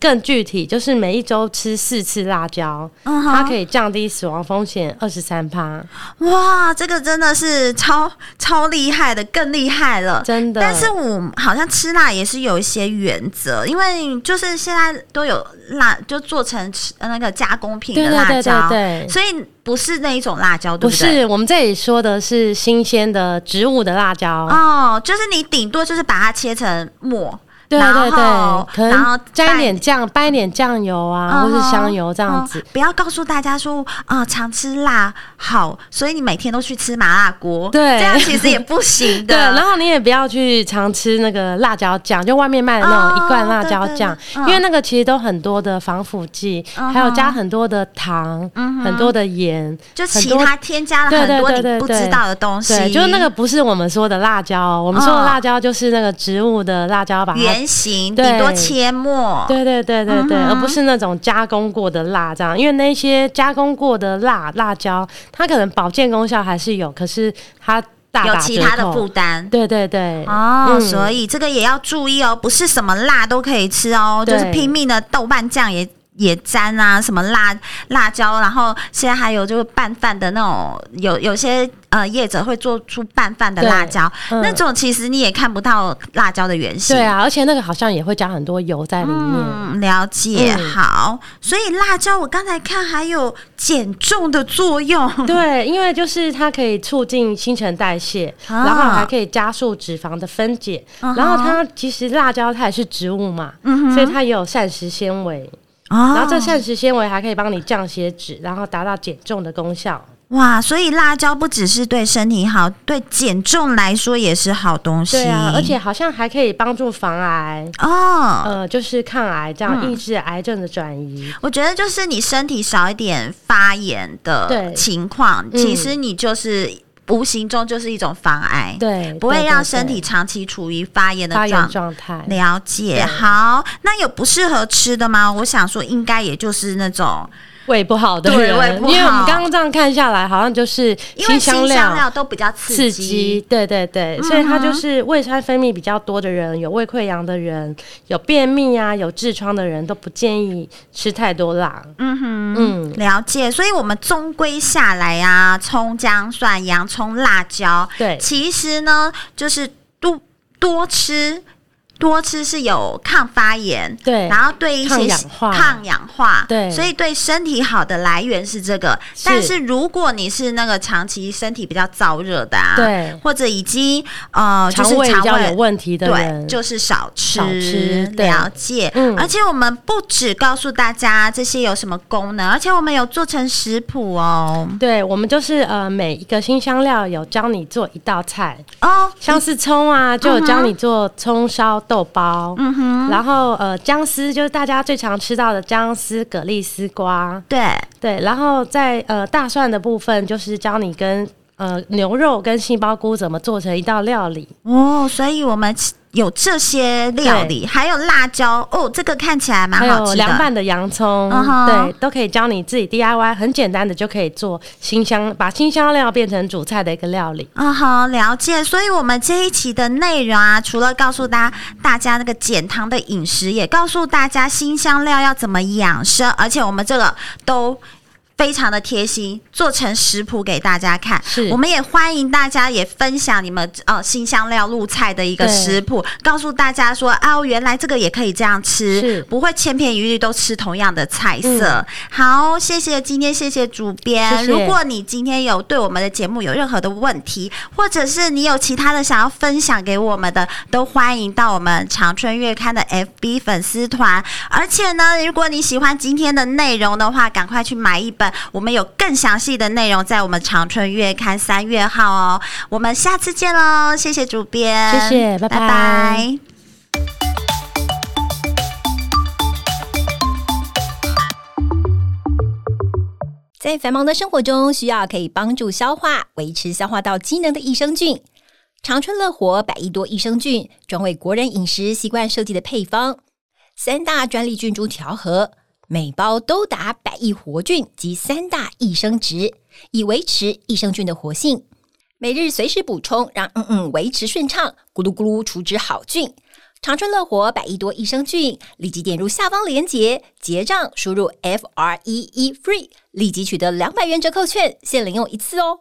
Speaker 2: 更具体就是每一周吃四次辣椒，
Speaker 1: 嗯
Speaker 2: 它
Speaker 1: 哼，
Speaker 2: 可以降低死亡风险二十三趴，
Speaker 1: 哇，这个真的是超超厉害的，更厉害了。
Speaker 2: 真的。
Speaker 1: 但是我好像吃辣也是有一些原则，因为就是现在都有辣，就做成吃呃那个加工品
Speaker 2: 对
Speaker 1: 的
Speaker 2: 对
Speaker 1: 辣
Speaker 2: 对
Speaker 1: 椒，
Speaker 2: 对对，
Speaker 1: 所以不是那一种辣椒，对
Speaker 2: 不
Speaker 1: 对？
Speaker 2: 是我们这里说的是新鲜的植物的辣椒，
Speaker 1: 哦，就是你顶多就是把它切成末，
Speaker 2: 对
Speaker 1: 然
Speaker 2: 对
Speaker 1: 后
Speaker 2: 对，可
Speaker 1: 然后
Speaker 2: 能加
Speaker 1: 拌
Speaker 2: 一点酱，拌一点酱油啊，或
Speaker 1: 嗯
Speaker 2: 是
Speaker 1: 哼
Speaker 2: 香油这样子
Speaker 1: 嗯。不要告诉大家说啊、常吃辣好，所以你每天都去吃麻辣锅，
Speaker 2: 对
Speaker 1: 这样其实也不行的。
Speaker 2: 对，然后你也不要去常吃那个辣椒酱，就外面卖的那种
Speaker 1: 哦
Speaker 2: 一罐辣椒酱
Speaker 1: 对对，对
Speaker 2: 因为那个其实都很多的防腐剂，
Speaker 1: 嗯哼嗯
Speaker 2: 还有加很多的糖、很多的盐，
Speaker 1: 就
Speaker 2: 很
Speaker 1: 其
Speaker 2: 多
Speaker 1: 他添加了很多
Speaker 2: 对对对
Speaker 1: 你
Speaker 2: 对
Speaker 1: 不
Speaker 2: 对
Speaker 1: 知道的东西，
Speaker 2: 对，就是那个不是我们说的辣椒哦，我们说的
Speaker 1: 嗯
Speaker 2: 辣椒就是那个植物的辣椒，把它
Speaker 1: 圆形，
Speaker 2: 对
Speaker 1: 顶多切末。
Speaker 2: 对对对对
Speaker 1: 嗯
Speaker 2: 对，而不是那种加工过的辣这样，因为那些加工过的辣辣椒，它可能保健功效还是有，可是它大
Speaker 1: 有
Speaker 2: 打
Speaker 1: 其
Speaker 2: 折
Speaker 1: 他的
Speaker 2: 扣
Speaker 1: 负担。
Speaker 2: 对对对，
Speaker 1: 哦，
Speaker 2: 嗯
Speaker 1: 所以这个也要注意哦，不是什么辣都可以吃哦，就
Speaker 2: 对
Speaker 1: 是拼命的豆瓣酱也也沾啊，什么辣辣椒，然后现在还有就是拌饭的那种，有有些呃业者会做出拌饭的
Speaker 2: 对
Speaker 1: 辣椒，
Speaker 2: 嗯
Speaker 1: 那种其实你也看不到辣椒的原型。
Speaker 2: 对啊，而且那个好像也会加很多油在里面。
Speaker 1: 嗯，了解、
Speaker 2: 嗯
Speaker 1: 好，所以辣椒我刚才看还有减重的作 用，
Speaker 2: 对，因为就是它可以促进新陈代谢，
Speaker 1: 啊
Speaker 2: 然后还可以加速脂肪的分解。
Speaker 1: 嗯哼
Speaker 2: 然后它其实辣椒它也是植物嘛，
Speaker 1: 嗯
Speaker 2: 所以它也有膳食纤维。然
Speaker 1: 哦
Speaker 2: 后这膳食纤维还可以帮你降血脂，然后达到减重的功效。
Speaker 1: 哇，所以辣椒不只是对身体好，对减重来说也是好东西。
Speaker 2: 对啊，而且好像还可以帮助防癌，
Speaker 1: 哦，
Speaker 2: 呃，就是抗癌，这
Speaker 1: 嗯
Speaker 2: 样抑制癌症的转移。
Speaker 1: 我觉得就是你身体少一点发炎的
Speaker 2: 对
Speaker 1: 情况，
Speaker 2: 嗯
Speaker 1: 其实你就是无形中就是一种防癌，
Speaker 2: 对，
Speaker 1: 不会
Speaker 2: 对
Speaker 1: 让
Speaker 2: 对
Speaker 1: 身
Speaker 2: 对
Speaker 1: 体长期处于发炎的
Speaker 2: 发炎
Speaker 1: 状。
Speaker 2: 状态。
Speaker 1: 了解，好，那有不适合吃的吗？我想说，应该也就是那种，
Speaker 2: 胃不好的
Speaker 1: 对
Speaker 2: 人，
Speaker 1: 胃不
Speaker 2: 因为我
Speaker 1: 好
Speaker 2: 们刚刚这样看下来，好像就是
Speaker 1: 因为
Speaker 2: 辛香
Speaker 1: 新
Speaker 2: 料
Speaker 1: 香料嗯都比较
Speaker 2: 刺激，对对对，所以它就是胃酸分泌比较多的人，有胃溃疡的人，有便秘啊，有痔疮的人都不建议吃太多辣。嗯哼，嗯，
Speaker 1: 了解，所以我们终归下来啊，葱、姜、蒜、洋葱、辣椒，
Speaker 2: 对
Speaker 1: 其实呢，就是多多吃。多吃是有抗发炎，
Speaker 2: 对
Speaker 1: 然后对一些
Speaker 2: 抗氧化
Speaker 1: 抗氧化
Speaker 2: 对
Speaker 1: 所以对身体好的来源是这个。
Speaker 2: 是
Speaker 1: 但是如果你是那个长期身体比较燥热的啊，
Speaker 2: 对
Speaker 1: 或者已经呃就是
Speaker 2: 肠胃比
Speaker 1: 肠
Speaker 2: 较有
Speaker 1: 胃。
Speaker 2: 问题的
Speaker 1: 对，
Speaker 2: 人，
Speaker 1: 就是少吃，
Speaker 2: 少吃对
Speaker 1: 了解。
Speaker 2: 嗯
Speaker 1: 而且我们不只告诉大家这些有什么功能，而且我们有做成食谱哦。
Speaker 2: 对我们就是呃每一个新香料有教你做一道菜，
Speaker 1: 哦，
Speaker 2: 像是葱啊，
Speaker 1: 嗯
Speaker 2: 就有教你做葱烧豆包，嗯哼，然后呃姜丝就是大家最常吃到的姜丝、蛤蜊、丝瓜，
Speaker 1: 对，
Speaker 2: 对，然后在呃大蒜的部分就是教你跟呃牛肉跟杏鲍菇怎么做成一道料理，
Speaker 1: 哦，所以我们有这些料理，还有辣椒哦，这个看起来蛮
Speaker 2: 还
Speaker 1: 好
Speaker 2: 有
Speaker 1: 吃
Speaker 2: 凉
Speaker 1: 的。
Speaker 2: 拌的洋葱
Speaker 1: 嗯哼
Speaker 2: 对，都可以教你自己 DIY，很简单的就可以做新香，把新香料变成主菜的一个料理。
Speaker 1: 嗯哼，了解。所以，我们这一期的内容啊，除了告诉大家大家那个减糖的饮食，也告诉大家新香料要怎么养生，而且我们这个都非常的贴心，做成食谱给大家看。
Speaker 2: 是
Speaker 1: 我们也欢迎大家也分享你们呃新香料入菜的一个
Speaker 2: 对
Speaker 1: 食谱，告诉大家说啊，原来这个也可以这样吃
Speaker 2: 是，嗯
Speaker 1: 不会千篇一律都吃同样的菜色。好，谢谢今天谢谢主编。
Speaker 2: 谢谢
Speaker 1: 如果你今天有对我们的节目有任何的问题，或者是你有其他的想要分享给我们的，都欢迎到我们长春月刊的 FB 粉丝团。而且呢，如果你喜欢今天的内容的话，赶快去买一本，我们有更详细的内容在我们长春月刊三月号哦。我们下次见喽，谢谢主编，
Speaker 2: 谢谢拜拜
Speaker 1: 拜拜
Speaker 3: 在繁忙的生活中，需要可以帮助消化、维持消化道机能的益生菌。长春乐活百亿多益生菌，专为国人饮食习惯设计的配方，三大专利菌株调和，每包都达百亿活菌及三大益生值，以维持益生菌的活性。每日随时补充，让嗯嗯维持顺畅，咕噜咕噜除脂好菌。长春乐活百亿多益生菌，立即点入下方链接结账，输入 F R E E FREE，立即取得两百元折扣券，限领用一次哦。